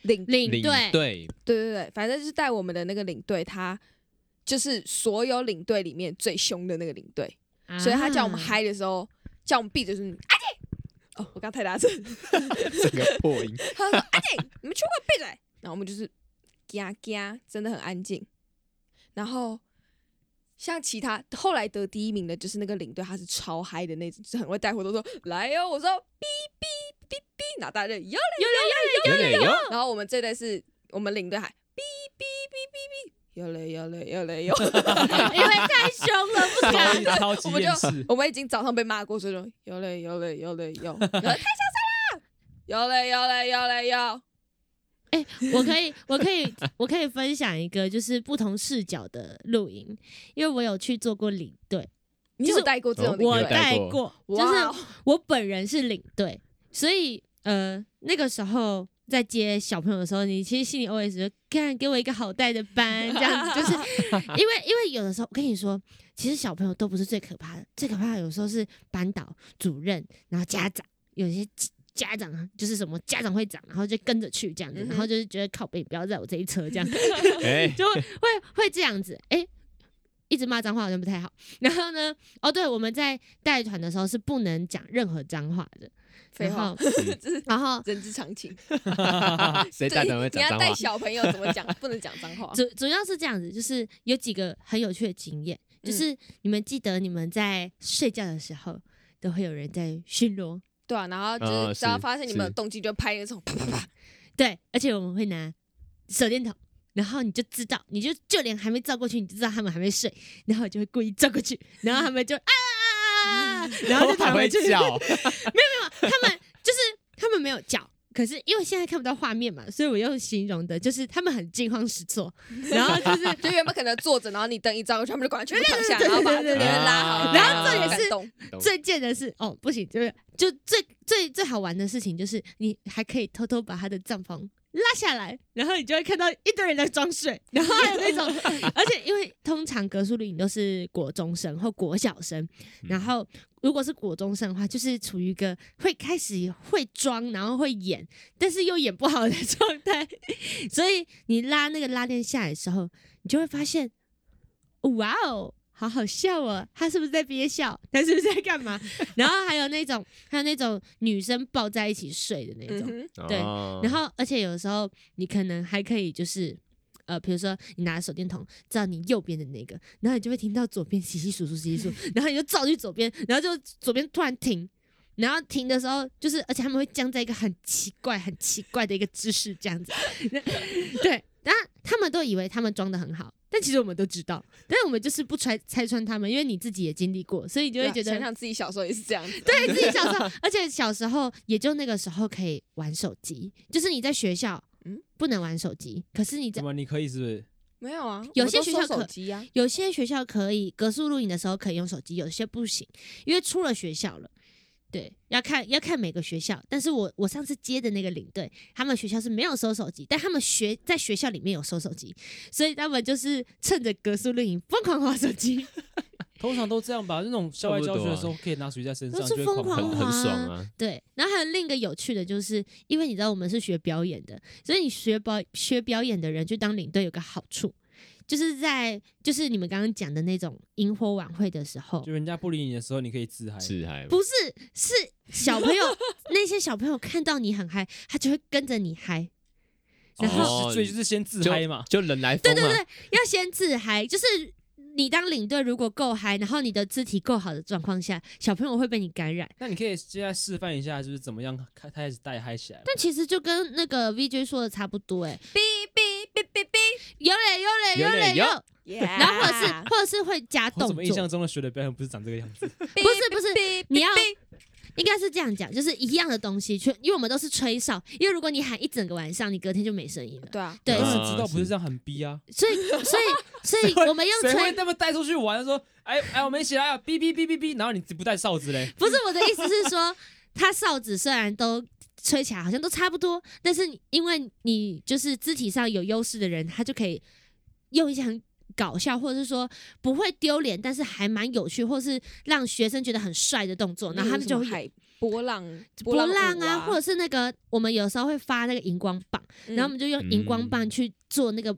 Speaker 2: 领
Speaker 4: 领
Speaker 5: 领
Speaker 4: 队
Speaker 5: 队
Speaker 2: 对对对，反正就是带我们的那个领队，他就是所有领队里面最凶的那个领队，所以他叫我们
Speaker 4: 啊
Speaker 2: 嗨的时候，叫我们闭嘴就是阿静。哦，我刚太大声，
Speaker 5: 整个破音，
Speaker 2: 他说阿静，你们全部闭嘴。然后我们就是嘎嘎，真的很安静。然后像其他后来得第一名的，就是那个领队，他是超嗨的那种，就是很会带活动，说来哦，我说哔哔哔哔，然后大家就哟
Speaker 5: 有点有
Speaker 2: 然后我们这队是我们领队喊哔哔哔哔哔，有嘞有嘞有嘞有。
Speaker 4: 因为太凶了，不敢。
Speaker 3: 超 级
Speaker 2: 我
Speaker 3: 超级
Speaker 2: 们就
Speaker 3: 厌世。
Speaker 2: 我们已经早上被骂过，所以说有嘞有嘞有嘞 有，有嘞太小声啦，有嘞有嘞有嘞有，
Speaker 4: 哎、我可以，我可以，我可以分享一个就是不同视角的露营，因为我有去做过领队，
Speaker 2: 你
Speaker 4: 就是
Speaker 2: 有带过这种
Speaker 5: 你有
Speaker 4: 我
Speaker 2: 领队？
Speaker 5: 带
Speaker 4: 带
Speaker 5: 过
Speaker 4: 过，就
Speaker 2: 哇哦
Speaker 4: 是我本人是领队，所以呃，那个时候在接小朋友的时候，你其实心里 always 就看给我一个好带的班，这样 子，就是因为因为有的时候我跟你说，其实小朋友都不是最可怕的，最可怕的有时候是班导、主任，然后家长，有些家家长啊就是什么家长会长，然后就跟着去这样子，
Speaker 2: 嗯哼
Speaker 4: 然后就是觉得靠北，不要在我这一 车这样，
Speaker 5: 哎，
Speaker 4: 就会会会这样子，哎、一直骂脏话好像不太好。然后呢，哦，对，我们在带团的时候是不能讲任何脏话的。
Speaker 2: 废话，
Speaker 4: 然后，嗯
Speaker 2: 这是
Speaker 4: 然后
Speaker 2: 人之常情。
Speaker 5: 谁带团会
Speaker 2: 你
Speaker 5: 讲
Speaker 2: 要
Speaker 5: 脏
Speaker 2: 带
Speaker 5: 话？
Speaker 2: 小朋友怎么讲？不能讲脏话。
Speaker 4: 主主要是这样子，就是有几个很有趣的经验，就是你们记得你们在睡觉的时候，都会有人在巡逻。
Speaker 2: 对啊，然后就
Speaker 5: 啊
Speaker 2: 是只要
Speaker 4: 哦
Speaker 5: 是
Speaker 2: 发现你们有
Speaker 5: 是
Speaker 2: 动静，就拍那种啪啪啪。
Speaker 4: 对，而且我们会拿手电筒，然后你就知道，你就就连还没照过去，你就知道他们还没睡，然后我就会故意照过去，然后他们就啊， 然后就
Speaker 5: 还
Speaker 4: 躺回
Speaker 5: 会
Speaker 4: 去。
Speaker 5: 叫，
Speaker 4: 他们就是他们没有叫，可是因为现在看不到画面嘛，所以我用形容的就是他们很惊慌失措，然后就是
Speaker 2: 就原本可能坐着，然后你灯一照过去，他们就赶快全部躺下，然后把那个人拉
Speaker 4: 啊
Speaker 2: 好，
Speaker 5: 对对对对对
Speaker 2: 后
Speaker 5: 然后
Speaker 4: 重点是
Speaker 2: 动，
Speaker 4: 最贱的是哦，不行，就是就最最最好玩的事情就是你还可以偷偷把他的帐篷拉下来，然后你就会看到一堆人在装睡，然后 还有那种，而且因为通常格数率你都是国中生或国小生，
Speaker 2: 嗯
Speaker 4: 然后如果是国中生的话，就是处于一个会开始会装，然后会演，但是又演不好的状态，所以你拉那个拉链下来的时候，你就会发现，哇哦。好好笑哦！他是不是在憋笑？他是不是在干嘛？然后还有那种，还有那种女生抱在一起睡的那
Speaker 2: 嗯
Speaker 4: 种，
Speaker 2: 哼，
Speaker 4: 对
Speaker 5: 哦
Speaker 4: 然后，而且有时候你可能还可以就是，呃，比如说你拿手电筒照你右边的那个，然后你就会听到左边稀稀疏疏 稀稀疏，然后你就照去左边，然后就左边突然停，然后停的时候就是，而且他们会僵在一个很奇怪、很奇怪的一个姿势这样子， 对，然后他们都以为他们装的很好。但其实我们都知道，但是我们就是不拆拆穿他们，因为你自己也经历过，所以你就
Speaker 2: 对
Speaker 4: 会
Speaker 2: 啊
Speaker 4: 觉得
Speaker 2: 想想自己小时候也是这样子，
Speaker 4: 对自己小时候，而且小时候也就那个时候可以玩手机，就是你在学校，
Speaker 2: 嗯
Speaker 4: 不能玩手机，可是你在
Speaker 3: 怎么你可以是不是？
Speaker 2: 没有啊，
Speaker 4: 有些学校
Speaker 2: 我都收手
Speaker 4: 可
Speaker 2: 机啊，
Speaker 4: 有些学校可以格数录影的时候可以用手机，有些不行，因为出了学校了。对，要看要看每个学校，但是我我上次接的那个领队，他们学校是没有收手机，但他们学在学校里面有收手机，所以他们就是趁着格数录影疯狂划手机，
Speaker 3: 通常都这样吧，那种校外
Speaker 5: 差不多
Speaker 3: 教学的
Speaker 5: 啊
Speaker 3: 时候可以拿手机在身上，
Speaker 4: 都是
Speaker 3: 就会
Speaker 4: 疯狂
Speaker 5: 很
Speaker 3: 滑
Speaker 5: 很爽啊，
Speaker 4: 对，然后还有另一个有趣的，就是因为你知道我们是学表演的，所以你学表学表演的人去当领队有个好处，就是在就是你们刚刚讲的那种萤火晚会的时候
Speaker 3: 就，人家不理你的时候，你可以自嗨。
Speaker 5: 自嗨嘛。
Speaker 4: 不是是小朋友那些小朋友看到你很嗨，他就会跟着你嗨。然后
Speaker 5: 哦
Speaker 3: 所以就是先自
Speaker 5: 就
Speaker 3: 嗨嘛，
Speaker 5: 就人来
Speaker 4: 对
Speaker 5: 疯
Speaker 4: 对
Speaker 5: 嘛，
Speaker 4: 对，要先自嗨，就是你当领队如果够嗨，然后你的肢体够好的状况下，小朋友会被你感染。
Speaker 3: 那你可以现在示范一下，就是怎么样开开始带嗨起来嘛。
Speaker 4: 但其实就跟那个 VJ 说的差不多、欸，哎，
Speaker 2: 哔哔哔哔哔
Speaker 4: 有嘞有嘞
Speaker 5: 有嘞
Speaker 4: 嘞
Speaker 5: 有
Speaker 4: 有。
Speaker 2: ，yeah，
Speaker 4: 然后或者
Speaker 2: 啊
Speaker 4: 是或者是会加
Speaker 3: 我
Speaker 4: 动
Speaker 3: 怎么印象
Speaker 4: 作，
Speaker 3: 中的学的表演不是长这个样子？
Speaker 2: 不
Speaker 4: 不是不是你要
Speaker 2: 哔
Speaker 4: 应该是这样讲，就是一样的东西，去因为我们都是吹哨，因为如果你喊一整个晚上，你隔天就没声音了。
Speaker 2: 对哎啊，
Speaker 4: 对，
Speaker 3: 我
Speaker 5: 啊
Speaker 3: 只知道不是这样很逼啊。
Speaker 4: 所以所以所以我们用
Speaker 3: 谁会
Speaker 4: 吹，
Speaker 3: 那么带出去玩？说哎哎，我们一起来啊！哔哔哔哔哔，然后你不带哨子嘞？
Speaker 4: 不是我的意思是说，它哨子虽然都吹起来好像都差不多，但是你因为你就是肢体上有优势的人，他就可以用一些很。搞笑，或者是说不会丢脸，但是还蛮有趣，或是让学生觉得很帅的动作，然后他们就会
Speaker 2: 例如什么海波浪
Speaker 4: 波浪
Speaker 2: 舞
Speaker 4: 啊，或者是那个我们有时候会发那个荧光棒，然后我
Speaker 2: 嗯
Speaker 4: 们就用荧光棒
Speaker 5: 嗯
Speaker 4: 去做那个。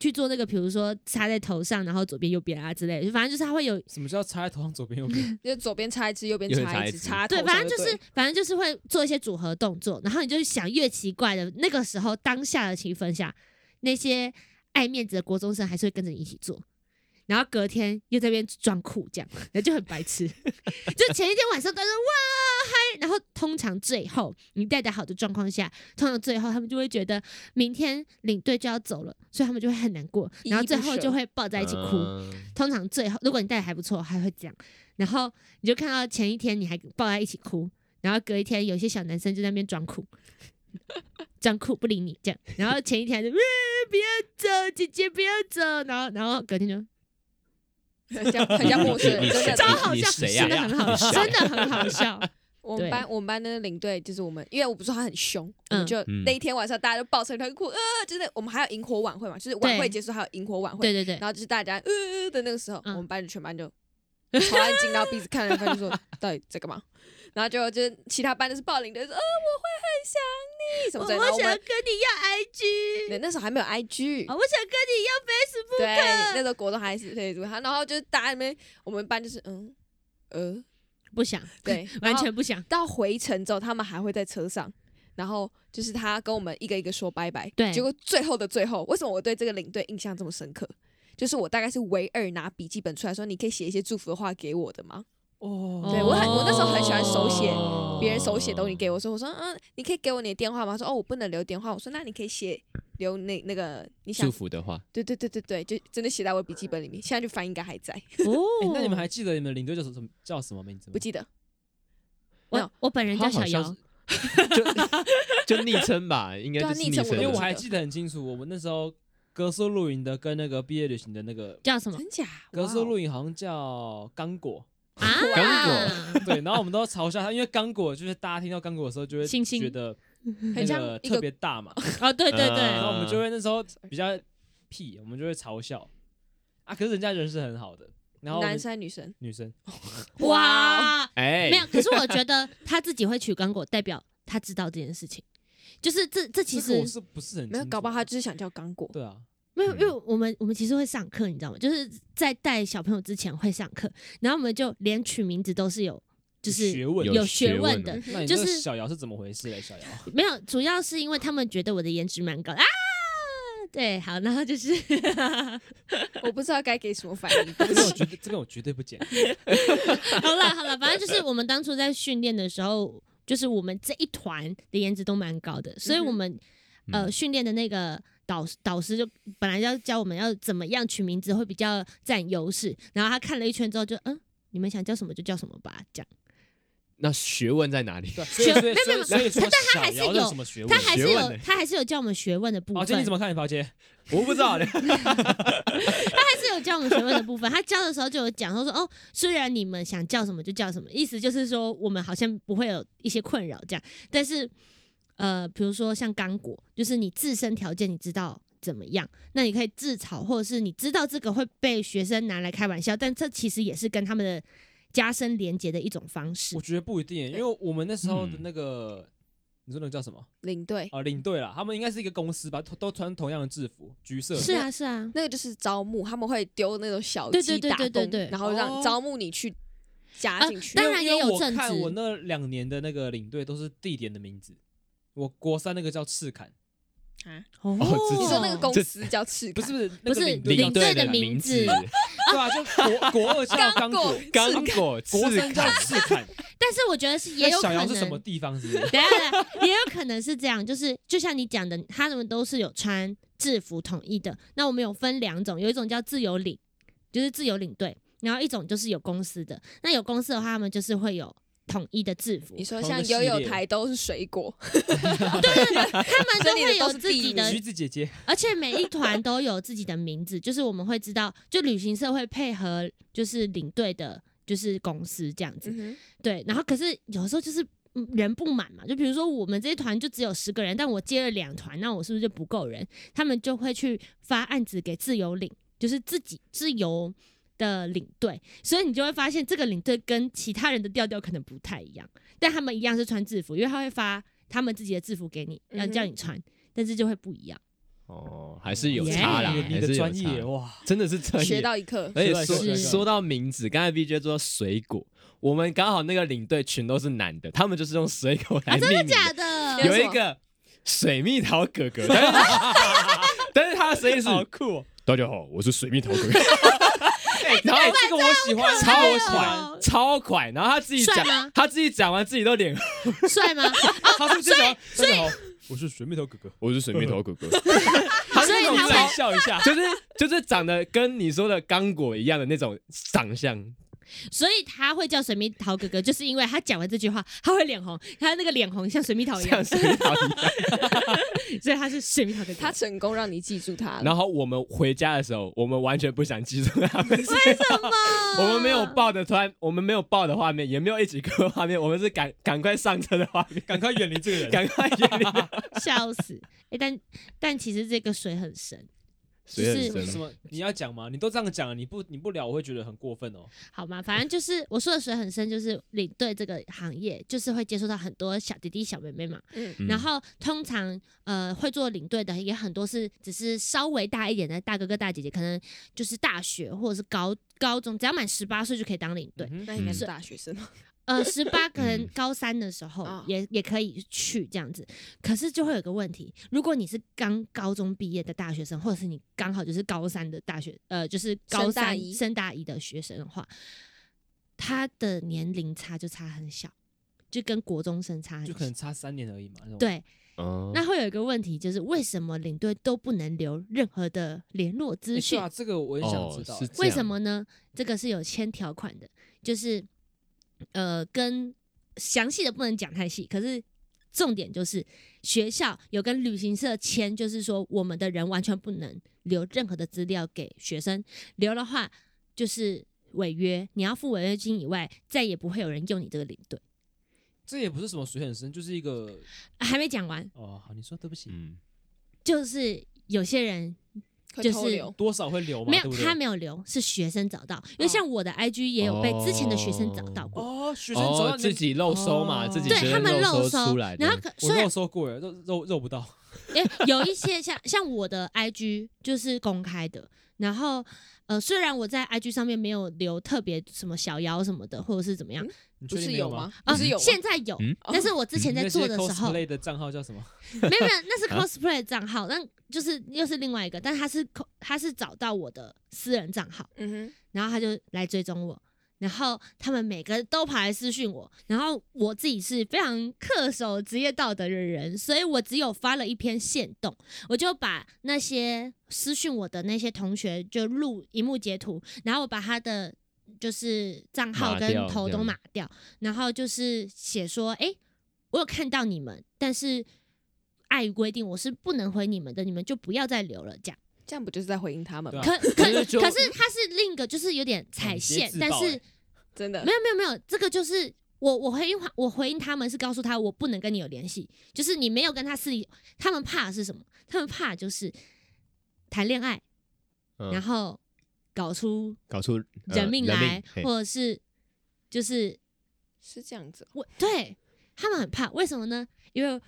Speaker 4: 去做那个，比如说插在头上，然后左边右边啊之类的，反正就是它会有
Speaker 3: 什么叫插在头上左边右边？
Speaker 2: 就左边插一支，右边
Speaker 5: 右边
Speaker 2: 插
Speaker 5: 插
Speaker 2: 一
Speaker 5: 一
Speaker 2: 支，
Speaker 5: 支
Speaker 2: 插头
Speaker 4: 对，
Speaker 2: 上
Speaker 4: 反正就是
Speaker 2: 对
Speaker 4: 反正就是会做一些组合动作，然后你就想越奇怪的那个时候当下的气氛下，那些爱面子的国中生还是会跟着你一起做，然后隔天又在那边装酷这样，然后就很白痴。 就前一天晚上大家哇嗨，然后通常最后你带的好的状况下，通常最后他们就会觉得明天领队就要走了，所以他们就会很难过，
Speaker 2: 依依
Speaker 4: 然后最
Speaker 2: 不
Speaker 4: 后
Speaker 2: 舍
Speaker 4: 就会抱在一起哭。
Speaker 5: 嗯
Speaker 4: 通常最后，如果你带的还不错，还会这样。然后你就看到前一天你还抱在一起哭，然后隔一天有些小男生就在那边装哭， 装哭不理你这样。然后前一天还是、呃、不要走，姐姐不要走，然后然后隔天就
Speaker 2: 很像很像墨水，
Speaker 5: 你
Speaker 2: 真的
Speaker 4: 超好笑，
Speaker 5: 谁呀
Speaker 4: 真的很好，
Speaker 5: 你谁
Speaker 4: 真的很好 笑。
Speaker 2: 我们
Speaker 4: 对
Speaker 2: 班我们班的领队就是我们，因为我不是说他很凶，我
Speaker 4: 嗯
Speaker 2: 们就
Speaker 5: 嗯
Speaker 2: 那一天晚上大家就抱着他哭，呃，就是我们还有萤火晚会嘛，就是晚会
Speaker 4: 对
Speaker 2: 结束还有萤火晚会，
Speaker 4: 对对对，
Speaker 2: 然后就是大家呃的那个时候，我
Speaker 4: 嗯
Speaker 2: 们班全班就超安静，然后彼此看了一看就 说到底在干嘛，然后就就是其他班就是抱领队说，呃，我会很想你什么之类的，然后我
Speaker 4: 我想
Speaker 2: 们
Speaker 4: 跟你要 IG，
Speaker 2: 对那时候还没有 IG，
Speaker 4: 哦我想跟你要 Facebook。
Speaker 2: 对，那时候国中还是对，然后就是大家那边我们班就是嗯呃
Speaker 4: 不想，，
Speaker 2: 对
Speaker 4: 完全不想。
Speaker 2: 到回程之后，他们还会在车上，然后就是他跟我们一个一个说拜拜。
Speaker 4: 对
Speaker 2: 结果最后的最后，为什么我对这个领队印象这么深刻？就是我大概是唯二拿笔记本出来说，你可以写一些祝福的话给我的吗？
Speaker 3: 哦，
Speaker 2: 对我很我那时候很喜欢手写
Speaker 4: 哦
Speaker 2: 别人手写东西给我说，我说嗯，你可以给我你的电话吗？他说哦，我不能留电话。我说那你可以写留那那个你想
Speaker 5: 祝，福的话，
Speaker 2: 对对对对对，就真的写在我笔记本里面。现在就翻应该还在，
Speaker 4: 哦
Speaker 3: 诶哎那你们还记得你们领队叫什么叫什么名字吗
Speaker 2: 不？记得。没有
Speaker 4: 我我本人叫
Speaker 5: 他好像
Speaker 4: 小姚
Speaker 5: 是，就就昵称吧，应该
Speaker 2: 对啊
Speaker 5: 就是
Speaker 2: 昵称我
Speaker 5: 吧
Speaker 3: 因
Speaker 2: 也
Speaker 3: 为我
Speaker 2: 不
Speaker 3: 还
Speaker 2: 记
Speaker 3: 记得很清楚，我们那时候格苏露营的跟那个毕业旅行的那个
Speaker 2: 哦
Speaker 4: 叫什么
Speaker 2: 真假？
Speaker 3: 格苏
Speaker 2: 哇哦
Speaker 3: 嗯露营好像叫刚果，
Speaker 4: 啊？
Speaker 3: 对，然后我们都嘲笑他，因为刚果就是大家听到刚果的时候就会
Speaker 4: 星星
Speaker 3: 觉得
Speaker 2: 很
Speaker 3: 那
Speaker 2: 像
Speaker 3: 个
Speaker 2: 一
Speaker 3: 特
Speaker 2: 个
Speaker 3: 别大嘛，
Speaker 4: 哦，对对
Speaker 5: 呃
Speaker 3: 然后
Speaker 4: 对，
Speaker 3: 我们就会那时候比较屁，我们就会嘲笑啊，可是人家人是很好的，然后我们
Speaker 2: 男生还是女生，
Speaker 3: 女生
Speaker 4: 哇，
Speaker 5: 哎，
Speaker 4: 没有，可是我觉得他自己会取刚果，代表他知道这件事情。就是这这其
Speaker 3: 这
Speaker 4: 实
Speaker 3: 个我是不是很
Speaker 2: 没有，
Speaker 3: 清
Speaker 2: 搞不
Speaker 3: 楚
Speaker 2: 好他就是想叫刚果。
Speaker 3: 对啊，
Speaker 4: 没有，
Speaker 5: 嗯
Speaker 4: 因为我们我们其实会上课，你知道吗？就是在带小朋友之前会上课，然后我们就连取名字都是有，就是
Speaker 3: 学问
Speaker 4: 有
Speaker 5: 学
Speaker 4: 学问
Speaker 5: 问的
Speaker 4: 的。
Speaker 3: 那你
Speaker 4: 就
Speaker 3: 这个
Speaker 4: 是
Speaker 3: 小姚是怎么回事嘞？小 姚，
Speaker 4: 没有，主要是因为他们觉得我的颜值蛮高的啊。对，好，然后就是
Speaker 2: 我不知道该给什么反 应。对
Speaker 3: 这
Speaker 2: 不
Speaker 3: 个我
Speaker 2: 起
Speaker 3: 绝对这个我绝对不剪，
Speaker 4: 好了好了，反正就是我们当初在训练的时候，就是我们这一团的颜值都蛮高的，所以我们、呃
Speaker 5: 嗯
Speaker 4: 训练的那个导师导师就本来要教我们要怎么样取名字会比较占优势，然后他看了一圈之后就嗯，你们想叫什么就叫什么吧，这样。
Speaker 5: 那学问在哪里？
Speaker 4: 啊
Speaker 3: 对，所以所以所以所以说
Speaker 4: 他还
Speaker 3: 小姚
Speaker 4: 是有
Speaker 3: 什么学问
Speaker 4: 他？还是
Speaker 5: 学
Speaker 4: 有
Speaker 5: 问呢哦
Speaker 4: 他还是有教我们学问的部
Speaker 3: 宝
Speaker 4: 分，
Speaker 3: 杰你怎么看？宝 杰，
Speaker 5: 我不知 道，
Speaker 4: 他是有教我们学问的部分。他 教的时候就有讲，他说哦，虽然你们想叫什么就叫什么，意思就是说我们好像不会有一些困扰这样，但是呃，比如说像刚果，就是你自身条件你知道。怎么样？那你可以自嘲，或者是你知道这个会被学生拿来开玩笑，但这其实也是跟他们的加深连结的一种方式
Speaker 3: 我。觉得不一定，因为我们那时候的
Speaker 5: 嗯
Speaker 3: 那个。你说那个叫什么？
Speaker 2: 领队
Speaker 3: 啊，领队啦，他们应该是一个公司吧，都都穿同样的制服，橘色的。
Speaker 4: 是啊，是啊，
Speaker 2: 那个就是招募，他们会丢那种小
Speaker 4: 对
Speaker 2: 鸡
Speaker 4: 对对
Speaker 2: 打
Speaker 4: 对对
Speaker 2: 工
Speaker 4: 对，
Speaker 2: 然后
Speaker 3: 哦
Speaker 2: 让招募你去加
Speaker 4: 啊
Speaker 2: 进去
Speaker 3: 因。
Speaker 4: 当
Speaker 3: 为
Speaker 4: 然
Speaker 3: 因
Speaker 4: 也
Speaker 3: 为
Speaker 4: 有
Speaker 3: 我
Speaker 4: 正
Speaker 3: 看
Speaker 4: 职
Speaker 3: 我那两年的那个领队都是地点的名字，我国三那个叫赤坎，
Speaker 4: 哦
Speaker 5: 只是
Speaker 2: 你说那个公司叫赤
Speaker 3: 不
Speaker 2: 坎，
Speaker 3: 是不是那个
Speaker 4: 是
Speaker 3: 领队
Speaker 4: 领
Speaker 3: 叫
Speaker 4: 队的
Speaker 3: 赤坎
Speaker 4: 名字
Speaker 3: 对啊，就 国国二叫刚果，
Speaker 5: 刚
Speaker 4: 啊
Speaker 2: 赤坎
Speaker 5: 果
Speaker 3: 国
Speaker 5: 赤
Speaker 3: 三叫
Speaker 5: 坎
Speaker 3: 赤坎，
Speaker 4: 但是我觉得是也
Speaker 3: 那
Speaker 4: 有可
Speaker 3: 小
Speaker 4: 能
Speaker 3: 杨是什么地方是不是？
Speaker 4: 等一下，等 一下也有可能是这样，就是就像你讲的，他们都是有穿制服统一的。那我们有分两种，有一种叫自由领，就是自由领队，然后一种就是有公司的。那有公司的话，他们就是会有统一的制服
Speaker 2: 你，说
Speaker 3: 同一
Speaker 2: 像
Speaker 3: 个系
Speaker 2: 游泳
Speaker 3: 列
Speaker 2: 台都是水 果，
Speaker 4: 他们就会有自己
Speaker 2: 呃
Speaker 4: 的
Speaker 3: 橘，子姐姐，
Speaker 4: 而且每一团都有自己的名字，就是我们会知道，就旅行社会配合就是领队的，就是公司这样子。
Speaker 2: 嗯
Speaker 4: 对，然后可是有时候就是嗯人不满嘛，就比如说我们这一团就只有十个人，但我接了两团，那我是不是就不够人？他们就会去发案子给自由领，就是自己自由的领队，所以你就会发现这个领队跟其他人的调调可能不太一样，但他们一样是穿制服，因为他会发他们自己的制服给你，要
Speaker 2: 嗯哼
Speaker 4: 叫你穿，但是就会不一样。
Speaker 5: 哦，还是有
Speaker 4: 耶
Speaker 5: 差啦，
Speaker 3: 你的
Speaker 5: 还
Speaker 3: 你
Speaker 5: 是
Speaker 3: 的
Speaker 5: 有
Speaker 3: 专
Speaker 5: 差
Speaker 3: 业哇，
Speaker 5: 真的是
Speaker 2: 哼，
Speaker 5: 专
Speaker 2: 学
Speaker 3: 哎
Speaker 5: 业。
Speaker 2: 到一课。
Speaker 5: 而且
Speaker 3: 学到
Speaker 4: 一
Speaker 5: 说
Speaker 4: 个哦是啊
Speaker 5: 说到名字，刚才 B J 说到水果，我们刚好那个领队全都是男的，他们就是用水果来
Speaker 4: 啊，
Speaker 5: 命
Speaker 4: 真的
Speaker 5: 名。
Speaker 4: 假的？
Speaker 5: 有一个水蜜桃哥 哥，但是但是他的声音是
Speaker 3: 好酷哦！
Speaker 5: 大家好，我是水蜜桃哥哥，哎
Speaker 3: 然后这个我喜欢，
Speaker 5: 超
Speaker 3: 哎这个我喜欢，
Speaker 5: 快超快，然后他自己
Speaker 4: 帅
Speaker 5: 讲
Speaker 4: 吗，
Speaker 5: 他自己讲完自己都脸红，
Speaker 4: 帅吗？
Speaker 3: 他是这种，大家好，我是水蜜桃哥哥，
Speaker 5: 我是水蜜桃哥 哥，
Speaker 3: 他是那
Speaker 4: 所以他
Speaker 3: 种
Speaker 4: 会
Speaker 3: 来笑一下，
Speaker 5: 就是就是长得跟你说的刚果一样的那种长相，
Speaker 4: 所以他会叫水蜜桃哥哥，就是因为他讲完这句话，他会脸红，他那个脸红像水蜜桃一样
Speaker 5: 像，水蜜桃一 样。
Speaker 4: 所以他是水蜜桃哥哥。
Speaker 2: 他 成功让你记住他了
Speaker 5: 然。后我们回家的时候，我们完全不想记住他们是？
Speaker 4: 为什么
Speaker 5: 我们没有抱的团，我们没有抱的画面，也没有一起哭的画面，我们是赶赶快上车的画面，
Speaker 3: 赶快远离这个人。
Speaker 5: 赶快远离。
Speaker 4: 笑死。哎、但但其实这个水很深，
Speaker 5: 水
Speaker 4: 就
Speaker 5: 很
Speaker 4: 是
Speaker 3: 什
Speaker 5: 深，
Speaker 3: 么？你要讲吗？你都这样讲了，你不你不聊，我会觉得很过分哦。
Speaker 4: 好吗？反正就是我说的水很深，就是领队这个行业，就是会接触到很多小弟弟小妹妹嘛。
Speaker 2: 嗯，
Speaker 5: 嗯
Speaker 4: 然后通常呃会做领队的也很多是只是稍微大一点的大哥哥大姐姐，可能就是大学或者是高高中，只要满十八岁就可以当领队。
Speaker 3: 嗯哼，
Speaker 2: 那应该是大学生 嘛。
Speaker 4: 呃，十八可能
Speaker 5: 嗯
Speaker 4: 高三的时候
Speaker 2: 啊
Speaker 4: 也、也可以去这样子，可是就会有个问题，如果你是刚高中毕业的大学生，或者是你刚好就是高三的大学，呃，就是高
Speaker 2: 升大
Speaker 4: 三
Speaker 2: 一
Speaker 4: 升大一的学生的话，他的年龄差就差很小，就跟国中生差很
Speaker 3: 就
Speaker 4: 小。
Speaker 3: 可能差三年而已嘛。那种，
Speaker 4: 对，
Speaker 5: 嗯，
Speaker 4: 那会有一个问题，就是为什么领队都不能留任何的联络资
Speaker 3: 诶
Speaker 4: 讯
Speaker 3: 对？啊，这个我也想知道
Speaker 5: 哦
Speaker 3: 欸。
Speaker 5: 是这
Speaker 4: 为
Speaker 5: 样
Speaker 4: 什么呢？这个是有签条款的，就是呃，跟详细的不能讲太细，可是重点就是学校有跟旅行社签，就是说我们的人完全不能留任何的资料给学生，留的话就是违约，你要付违约金以外，再也不会有人用你这个领队。
Speaker 3: 这也不是什么水很深，就是一个
Speaker 4: 啊还没讲完，
Speaker 3: 哦，好，你说对不起，
Speaker 5: 嗯，
Speaker 4: 就是有些人
Speaker 2: 会
Speaker 4: 就
Speaker 2: 偷
Speaker 4: 是
Speaker 2: 流，
Speaker 3: 多少会留嘛，
Speaker 4: 没有
Speaker 3: 对不，对
Speaker 4: 他没有留，是学生找到，
Speaker 5: 哦
Speaker 4: 因为像我的 IG 也有被之前的学生找到过。
Speaker 3: 哦，学生找
Speaker 5: 哦
Speaker 3: 到，
Speaker 5: 自己漏收嘛，
Speaker 3: 哦
Speaker 5: 自己
Speaker 4: 对
Speaker 5: 觉
Speaker 4: 他
Speaker 5: 得
Speaker 4: 们漏
Speaker 5: 收
Speaker 4: 收
Speaker 5: 出来，的，
Speaker 4: 然后可虽
Speaker 3: 我
Speaker 4: 然
Speaker 3: 肉收过了，肉肉肉不到，
Speaker 4: 因为有一些像像我的 IG 就是公开的，然后呃，虽然我在 IG 上面没有留特别什么小妖什么的，或者是怎么样
Speaker 2: 嗯
Speaker 3: 你确
Speaker 2: 不
Speaker 3: 定
Speaker 2: 是
Speaker 3: 没
Speaker 2: 有
Speaker 3: 吗？
Speaker 2: 吗？
Speaker 4: 啊、
Speaker 2: 不是有吗，
Speaker 4: 现在有，
Speaker 5: 嗯
Speaker 4: 但是我之前
Speaker 5: 嗯
Speaker 4: 在
Speaker 3: 那
Speaker 4: 做
Speaker 3: 些
Speaker 4: 的时候，
Speaker 3: cosplay 的账号叫什么？
Speaker 4: 没有没有，那是
Speaker 5: 啊
Speaker 4: cosplay 的账号，但就是又是另外一个，但他是 co- 他是找到我的私人账号，
Speaker 2: 嗯哼，
Speaker 4: 然后他就来追踪我。然后他们每个都跑来私讯我，然后我自己是非常恪守职业道德的人，所以我只有发了一篇线动，我就把那些私讯我的那些同学就录荧幕截图，然后我把他的就是账号
Speaker 5: 码
Speaker 4: 跟
Speaker 5: 掉
Speaker 4: 头
Speaker 5: 这
Speaker 4: 都
Speaker 5: 样
Speaker 4: 码掉，然后就是写说，哎，我有看到你们，但是碍于规定我是不能回你们的，你们就不要再留了，这样。
Speaker 2: 这样不就是在回应他们
Speaker 3: 对
Speaker 2: 吗
Speaker 3: 啊？
Speaker 4: 可可
Speaker 5: 可是就
Speaker 4: 可是它是另一个，就是有点踩线
Speaker 3: 你直接，自
Speaker 4: 但
Speaker 3: 爆
Speaker 4: 是
Speaker 3: 欸
Speaker 2: 真的
Speaker 4: 没，有没有没有，这个就是我我回应他我回应他们是告诉他我不能跟你有联系，就是你没有跟他私底，他们怕的是什么？他们怕就是谈恋爱，
Speaker 5: 嗯
Speaker 4: 然后搞出
Speaker 5: 搞出呃
Speaker 4: 人命来，
Speaker 5: 嘿
Speaker 4: 或者是就是
Speaker 2: 是这样子哦。
Speaker 4: 我对他们很怕，为什么呢？因为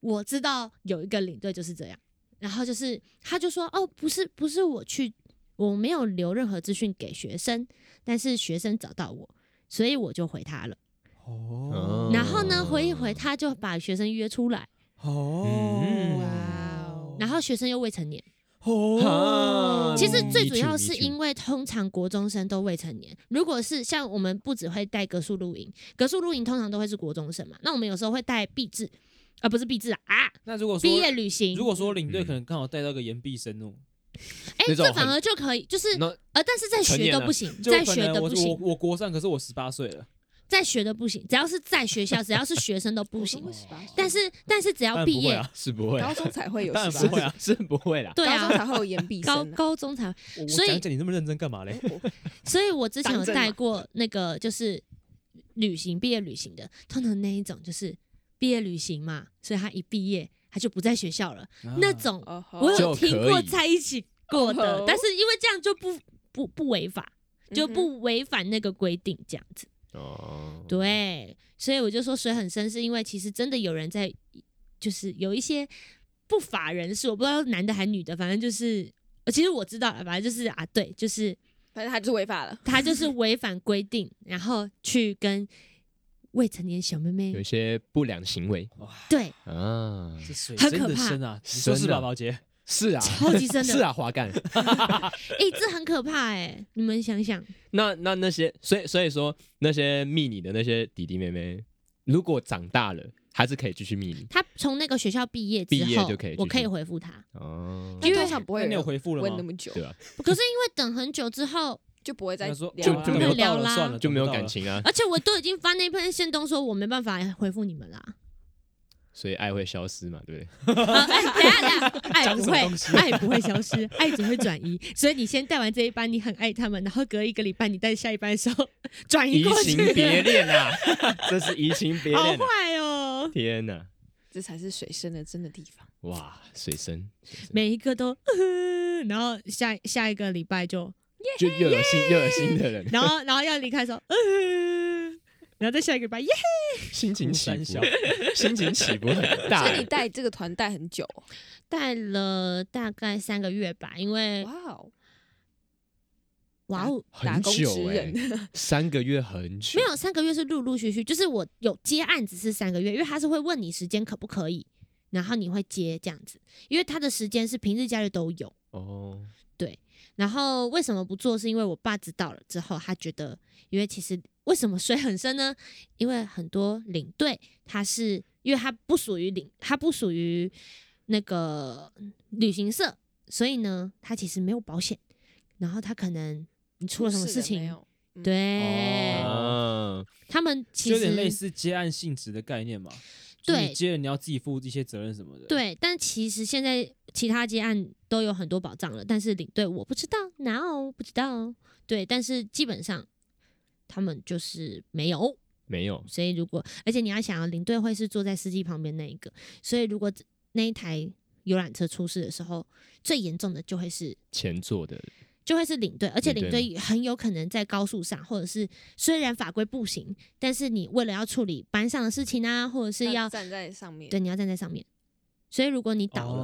Speaker 4: 我知道有一个领队就是这样，然后就是他就说哦，不是不是我去，我没有留任何资讯给学生，但是学生找到我，所以我就回他了。
Speaker 3: 哦
Speaker 4: 然后呢，
Speaker 5: 哦
Speaker 4: 回一回他就把学生约出来，
Speaker 5: 嗯
Speaker 3: 哦，
Speaker 2: 哇哦
Speaker 4: 然后学生又未成年。
Speaker 3: 哦
Speaker 5: 哈，
Speaker 4: 其实最
Speaker 5: Me
Speaker 4: 主要
Speaker 5: too，me
Speaker 4: 是
Speaker 5: too
Speaker 4: 因为通常国中生都未成年，如果是像我们不只会带格数露营，格数露营通常都会是国中生嘛，那我们有时候会带毕制，啊、不是毕制啊啊，
Speaker 3: 那如果说
Speaker 4: 毕业旅行。
Speaker 3: 如果说领
Speaker 5: 嗯
Speaker 3: 队可能刚好带到个岩壁生哦，
Speaker 4: 哎、
Speaker 5: 那种
Speaker 4: 这
Speaker 5: 很
Speaker 4: 反而就可以，就是
Speaker 5: 那
Speaker 4: 呃，但是在
Speaker 5: 成
Speaker 4: 学
Speaker 5: 年
Speaker 4: 的
Speaker 5: 了
Speaker 4: 不行，
Speaker 3: 就
Speaker 4: 在
Speaker 3: 可
Speaker 4: 学
Speaker 3: 能
Speaker 4: 的
Speaker 3: 我
Speaker 4: 不
Speaker 3: 我
Speaker 4: 行，
Speaker 3: 我国上可是我十八岁了，
Speaker 4: 在学的不行，只要是在学校，只要是学生都不行。 哦
Speaker 2: 为什么18
Speaker 4: 但是但是只
Speaker 3: 当
Speaker 4: 要
Speaker 3: 然
Speaker 4: 毕
Speaker 3: 不会
Speaker 4: 业，
Speaker 3: 啊，
Speaker 5: 是不会啊，
Speaker 2: 高中才会有
Speaker 3: 当 然
Speaker 2: 是吧
Speaker 3: 不会啊，
Speaker 5: 是不会啦。
Speaker 4: 对
Speaker 2: 高中才
Speaker 4: 啊，
Speaker 2: 会有岩壁
Speaker 4: 高
Speaker 2: 生啊。
Speaker 4: 高中才
Speaker 3: 我我
Speaker 4: 所以
Speaker 3: 讲讲你那么认真干嘛嘞？
Speaker 2: 哦哦
Speaker 4: 所以我之前有
Speaker 2: 当真
Speaker 4: 带
Speaker 2: 嘛
Speaker 4: 过那个就是旅行毕业旅行的，通常那一种就是毕业旅行嘛，所以他一毕业他就不在学校了，
Speaker 3: 啊
Speaker 4: 那种
Speaker 2: 哦吼
Speaker 4: 我有
Speaker 5: 就
Speaker 4: 听
Speaker 5: 可
Speaker 4: 过
Speaker 5: 以
Speaker 4: 在一起过的
Speaker 2: 哦，
Speaker 4: 但是因为这样就不不不违法，就
Speaker 2: 嗯哼
Speaker 4: 不违反那个规定这样子。
Speaker 5: 哦，
Speaker 4: 对，所以我就说水很深，是因为其实真的有人在，就是有一些不法人士，我不知道男的还女的，反正就是，呃其实我知道了，反正就是啊，对， 就是
Speaker 2: 反正他就是违法了。
Speaker 4: 他就是违反规定，然后去跟未成年小妹
Speaker 5: 有一
Speaker 4: 妹，
Speaker 5: 些不良行为
Speaker 4: 对，
Speaker 5: 啊，
Speaker 3: 这水
Speaker 4: 很
Speaker 3: 真
Speaker 4: 可
Speaker 3: 的
Speaker 4: 怕
Speaker 3: 深啊，你说是
Speaker 5: 深
Speaker 3: 吧，
Speaker 5: 啊
Speaker 3: 宝杰？
Speaker 5: 是啊，
Speaker 4: 超级深 的，
Speaker 5: 是，啊，滑 干。
Speaker 4: 哎、这很可怕哎、你们想想，
Speaker 5: 那那那些，所以所以说那些密你的那些弟弟妹妹，如果长大了，还是可以继续密你
Speaker 4: 他从那个学校毕业
Speaker 5: 毕
Speaker 4: 之
Speaker 5: 业
Speaker 4: 后，
Speaker 5: 就可以
Speaker 4: 我
Speaker 5: 继
Speaker 4: 可以
Speaker 5: 续
Speaker 4: 回复他，
Speaker 5: 哦，
Speaker 2: 但通常不会
Speaker 3: 那
Speaker 2: 有
Speaker 3: 你有
Speaker 2: 人
Speaker 3: 回复了
Speaker 2: 问那
Speaker 3: 吗？
Speaker 2: 么久，
Speaker 5: 对啊，
Speaker 4: 可是因为等很久之后，
Speaker 2: 就不会再
Speaker 3: 他说
Speaker 2: 聊啊
Speaker 5: 就
Speaker 2: 了
Speaker 5: 就
Speaker 3: 没
Speaker 5: 没有
Speaker 3: 有到
Speaker 4: 聊
Speaker 3: 了，
Speaker 4: 啦
Speaker 3: 算了，
Speaker 5: 就没有
Speaker 3: 找不到
Speaker 5: 感情 啊，
Speaker 4: 而且我都已经发那篇线动说我没办法回复你们啦。
Speaker 5: 所以爱会消失嘛，对不对？
Speaker 4: 啊哎，等一下等一下，爱
Speaker 3: 讲
Speaker 4: 不
Speaker 3: 什么
Speaker 4: 会
Speaker 3: 东，西
Speaker 4: 爱不会消失，爱只会转移。所以你先带完这一班，你很爱他们，然后隔一个礼拜你带下一班的时候转 移
Speaker 5: 移
Speaker 4: 过去
Speaker 5: 情，别恋 啊，这是移情别
Speaker 4: 好
Speaker 5: 恋啊！
Speaker 4: 坏哦。
Speaker 5: 天哪，
Speaker 2: 这才是水深的真的地方。
Speaker 5: 哇，水深
Speaker 4: 每一个都，呃然后下下一个礼拜就，
Speaker 5: 就又有新又有新的人，
Speaker 4: 然后然后要离开的时候，呃然后再下一个礼拜耶，
Speaker 5: 心情起
Speaker 3: 三
Speaker 5: 伏
Speaker 3: 小，
Speaker 5: 心情起伏很大欸
Speaker 2: 所。以你带这个团带很久哦，
Speaker 4: 带了大概三个月吧，因为
Speaker 2: 哇哦，
Speaker 4: 哇哦，
Speaker 2: 打
Speaker 5: 很
Speaker 2: 工
Speaker 5: 久
Speaker 2: 之
Speaker 5: 哎、
Speaker 2: 人，
Speaker 5: 三个月很久
Speaker 4: 没，有三个月是陆陆续续，就是我有接案子是三个月，因为他是会问你时间可不可以，然后你会接这样子，因为他的时间是平日假日都有。
Speaker 5: 哦，
Speaker 4: 然后为什么不做？是因为我爸知道了之后，他觉得，因为其实为什么水很深呢？因为很多领队他是因为他不属于领，他不属于那个旅行社，所以呢，他其实没有保险，然后他可能你出了什么嗯事
Speaker 2: 没
Speaker 4: 情，
Speaker 2: 有？
Speaker 4: 对、
Speaker 5: 啊，
Speaker 4: 他们其
Speaker 3: 哦就
Speaker 4: 实
Speaker 3: 有点类似接案性质的概念嘛。就是
Speaker 4: 对
Speaker 3: 你接了你要自己负一些责任什么的。，哦
Speaker 4: 对，但其实现在其他接案都有很多保障了，但是领队我不知道，no 不知道。对，但是基本上他们就是没有，
Speaker 5: 没有，
Speaker 4: 所以如果而且你要想啊，领队会是坐在司机旁边那一个，所以如果那一台游览车出事的时候，最严重的就会是
Speaker 5: 前座的
Speaker 4: 就会是领队，而且领
Speaker 5: 领队
Speaker 4: 队很有可能在高速上，或者是虽然法规不行，但是你为了要处理班上的事情啊，或者是要
Speaker 2: 站在上面，
Speaker 4: 对你要站在上面，所以如果你倒
Speaker 3: 哦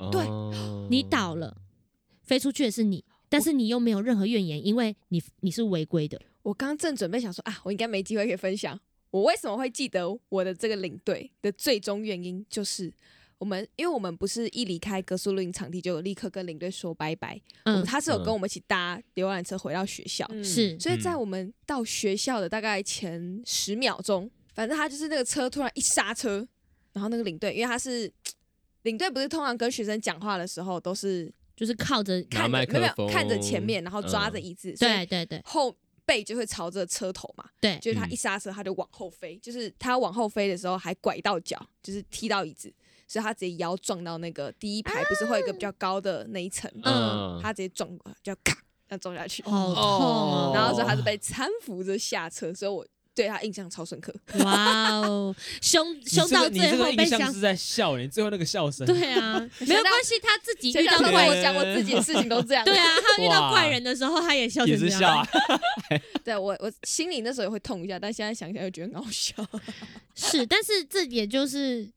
Speaker 4: 了。
Speaker 3: 了，
Speaker 2: 对
Speaker 5: 哦
Speaker 4: 你倒了，飞出去的是你，但是你又没有任何怨言，因为你你是违规的。
Speaker 2: 我刚正准备想说啊，我应该没机会可以分享。我为什么会记得我的这个领队的最终原因，就是我们，因为我们不是一离开格苏露营场地就立刻跟领队说拜拜，我们
Speaker 4: 嗯，
Speaker 2: 他是有跟我们一起搭游览车回到学校，
Speaker 3: 嗯
Speaker 4: 是
Speaker 2: 所以在我们到学校的大概前十秒钟，反正他就是那个车突然一刹车，然后那个领队，因为他是领队，不是通常跟学生讲话的时候都是
Speaker 4: 就是靠着
Speaker 5: 拿
Speaker 2: 看着
Speaker 5: 麦
Speaker 2: 没有
Speaker 5: 克
Speaker 2: 没有
Speaker 5: 风
Speaker 2: 看着前面，然后抓着
Speaker 5: 嗯
Speaker 2: 椅子，所以
Speaker 4: 对对对
Speaker 2: 后背就会朝着车头嘛，
Speaker 4: 对，
Speaker 2: 就是他
Speaker 5: 嗯
Speaker 2: 一刹车他就往后飞，就是他往后飞的时候还拐到脚，就是踢到椅子，所以他直接腰撞到那个第一排，不是会有一个比较高的那一层，
Speaker 5: 嗯
Speaker 2: 他直接撞过来，就咔，那撞下去，
Speaker 4: 好痛
Speaker 3: 哦
Speaker 2: 然
Speaker 4: 哦！
Speaker 2: 后所以他是被搀扶着下车，所以我对他印象超深刻。
Speaker 4: 哇 哦，凶
Speaker 3: 你这
Speaker 4: 凶到
Speaker 3: 个你这
Speaker 4: 最
Speaker 3: 个
Speaker 4: 后被
Speaker 3: 印象
Speaker 4: 想
Speaker 3: 是。在笑，你最后那个笑声。
Speaker 4: 对啊， 没有关系，他自己
Speaker 2: 谁
Speaker 4: 遇
Speaker 2: 想
Speaker 4: 到
Speaker 2: 到
Speaker 4: 怪
Speaker 2: 我
Speaker 4: 人，
Speaker 2: 讲我自己的事情都这 样，
Speaker 4: 对 啊，他遇到
Speaker 3: 哇
Speaker 4: 怪人的时候，他也笑成
Speaker 5: 也
Speaker 4: 这
Speaker 5: 是
Speaker 4: 样。
Speaker 5: 笑啊，
Speaker 2: 对我我心里那时候也会痛一下，但现在想起来又觉得很好笑。
Speaker 4: 是，但是这也就是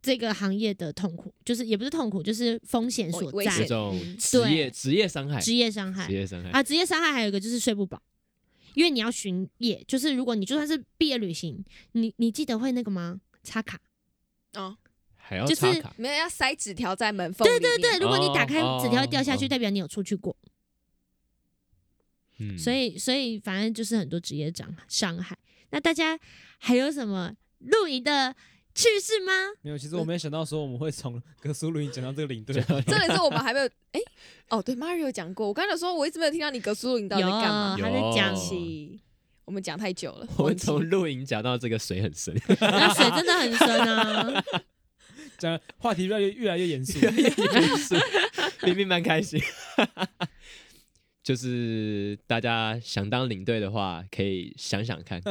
Speaker 4: 这个行业的痛苦，就是也不是痛苦，就是风哦险所
Speaker 2: 危
Speaker 5: 这
Speaker 4: 在
Speaker 2: 险，
Speaker 5: 种
Speaker 2: 嗯
Speaker 5: 职业职业伤害，
Speaker 4: 职业伤害
Speaker 5: 职。业伤害
Speaker 4: 啊，职业伤害还有一个就是睡不饱，因为你要巡夜，就是如果你就算是毕业旅行，你你记得会那个吗？插卡，
Speaker 5: 还要
Speaker 4: 就
Speaker 5: 插
Speaker 4: 是
Speaker 5: 卡，
Speaker 2: 没有要塞纸条在门缝里面，对
Speaker 4: 对，如果你打
Speaker 5: 哦
Speaker 4: 开纸条会掉下去，
Speaker 5: 哦
Speaker 4: 代表你有出去过，
Speaker 5: 嗯
Speaker 4: 所以所以反正就是很多职业伤伤害。那大家还有什么露营的趣 事吗？
Speaker 3: 没有，其实我没有想到说我们会从格苏鲁营讲到这个领 队，
Speaker 2: 真的是我们还没有哎、哦，对，Mario 有讲过，我刚才说我一直没有听到你格苏鲁，你到底在干嘛？
Speaker 4: 有他啊在讲
Speaker 5: 有
Speaker 2: 起，我们讲太久了，
Speaker 5: 我
Speaker 2: 忘
Speaker 5: 们
Speaker 2: 记
Speaker 5: 从露营讲到这个水很深，
Speaker 4: 那水真的很深啊，
Speaker 3: 讲话题越来越越来越 严肃。
Speaker 5: 是明明蛮开心。 就是大家想当领队的话，可以想想看，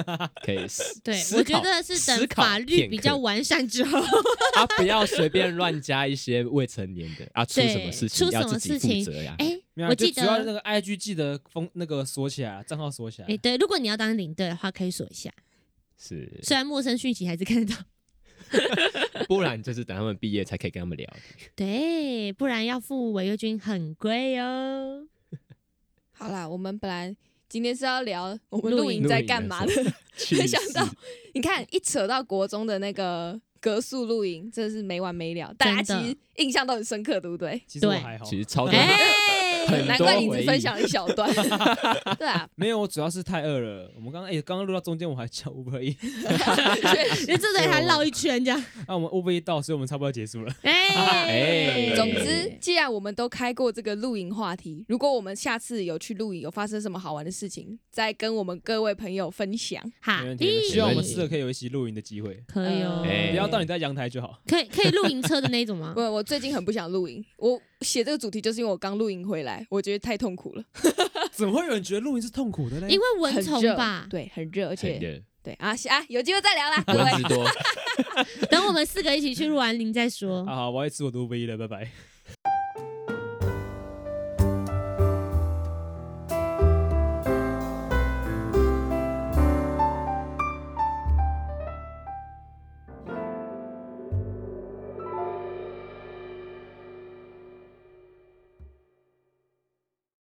Speaker 5: 可以思
Speaker 4: 对，
Speaker 5: 思
Speaker 4: 我觉
Speaker 5: 考
Speaker 4: 得是
Speaker 5: 思
Speaker 4: 等
Speaker 5: 考
Speaker 4: 法律
Speaker 5: 片
Speaker 4: 比
Speaker 5: 刻
Speaker 4: 较完善之后，
Speaker 5: 啊，不要随便乱加一些未成年的啊，出
Speaker 4: 对
Speaker 5: 什么事情
Speaker 4: 出
Speaker 5: 要
Speaker 4: 什么
Speaker 5: 自己
Speaker 4: 事情
Speaker 5: 负责呀。
Speaker 4: 哎、
Speaker 3: 没有啊
Speaker 4: 我
Speaker 3: 就
Speaker 4: 记
Speaker 3: 只要那
Speaker 4: 得，
Speaker 3: 个 IG 记得封那个锁起来，啊账号锁起来
Speaker 4: 哎、。对，如果你要当领队的话，可以锁一下，
Speaker 5: 是，
Speaker 4: 虽然陌生讯息还是看得到。
Speaker 5: 不然就是等他们毕业才可以跟他们聊。
Speaker 4: 对，不然要付违约金很 贵哦。
Speaker 2: 好啦，我们本来今天是要聊我们
Speaker 4: 露
Speaker 2: 露
Speaker 4: 营
Speaker 2: 营在干嘛的，没
Speaker 5: 没
Speaker 2: 想到你看一扯到国中的那个格宿露营，真的是没完没了，大家
Speaker 4: 真的
Speaker 2: 其实印象都很深刻，对不对？
Speaker 3: 其实我
Speaker 4: 对
Speaker 3: 还好，
Speaker 5: 其实超多
Speaker 4: 哎、
Speaker 5: 很
Speaker 2: 难
Speaker 5: 多
Speaker 2: 怪你
Speaker 5: 回
Speaker 2: 只
Speaker 5: 忆
Speaker 2: 分享一小段，对啊，
Speaker 3: 没有，我主要是太饿了。我们刚刚哎，刚刚录到中间我还叫 Uber E，
Speaker 2: 确实
Speaker 4: 你这对还绕一 圈这样。
Speaker 3: 那我们 Uber E 到，所以我们差不多要结束了。
Speaker 4: 哎、
Speaker 5: 哎
Speaker 2: 总之，既然我们都开过这个露营话题，如果我们下次有去露营，有发生什么好玩的事情，再跟我们各位朋友分享。
Speaker 4: 好
Speaker 3: 没问题，希望我们嗯四个可以有一起露营的机会，
Speaker 4: 可以哦，
Speaker 2: 哎
Speaker 3: 不要到你在阳台就 好。
Speaker 4: 可以可以露营车的那一 种吗
Speaker 2: 我？我最近很不想露营，我写这个主题就是因为我刚露营回来，我觉得太痛苦了，
Speaker 3: 怎么会有人觉得露营是痛苦的呢？
Speaker 4: 因为蚊
Speaker 2: 很
Speaker 4: 虫
Speaker 2: 热
Speaker 4: 吧。
Speaker 2: 对，很热，而
Speaker 5: 很
Speaker 2: 且
Speaker 5: 热，
Speaker 2: 对啊是啊，有机会再 聊啦，各位
Speaker 5: 蚊。子多。
Speaker 4: 等我们四个一起去露完营再说。
Speaker 3: 啊，好，我要去吃我的 Uber E 了，拜拜。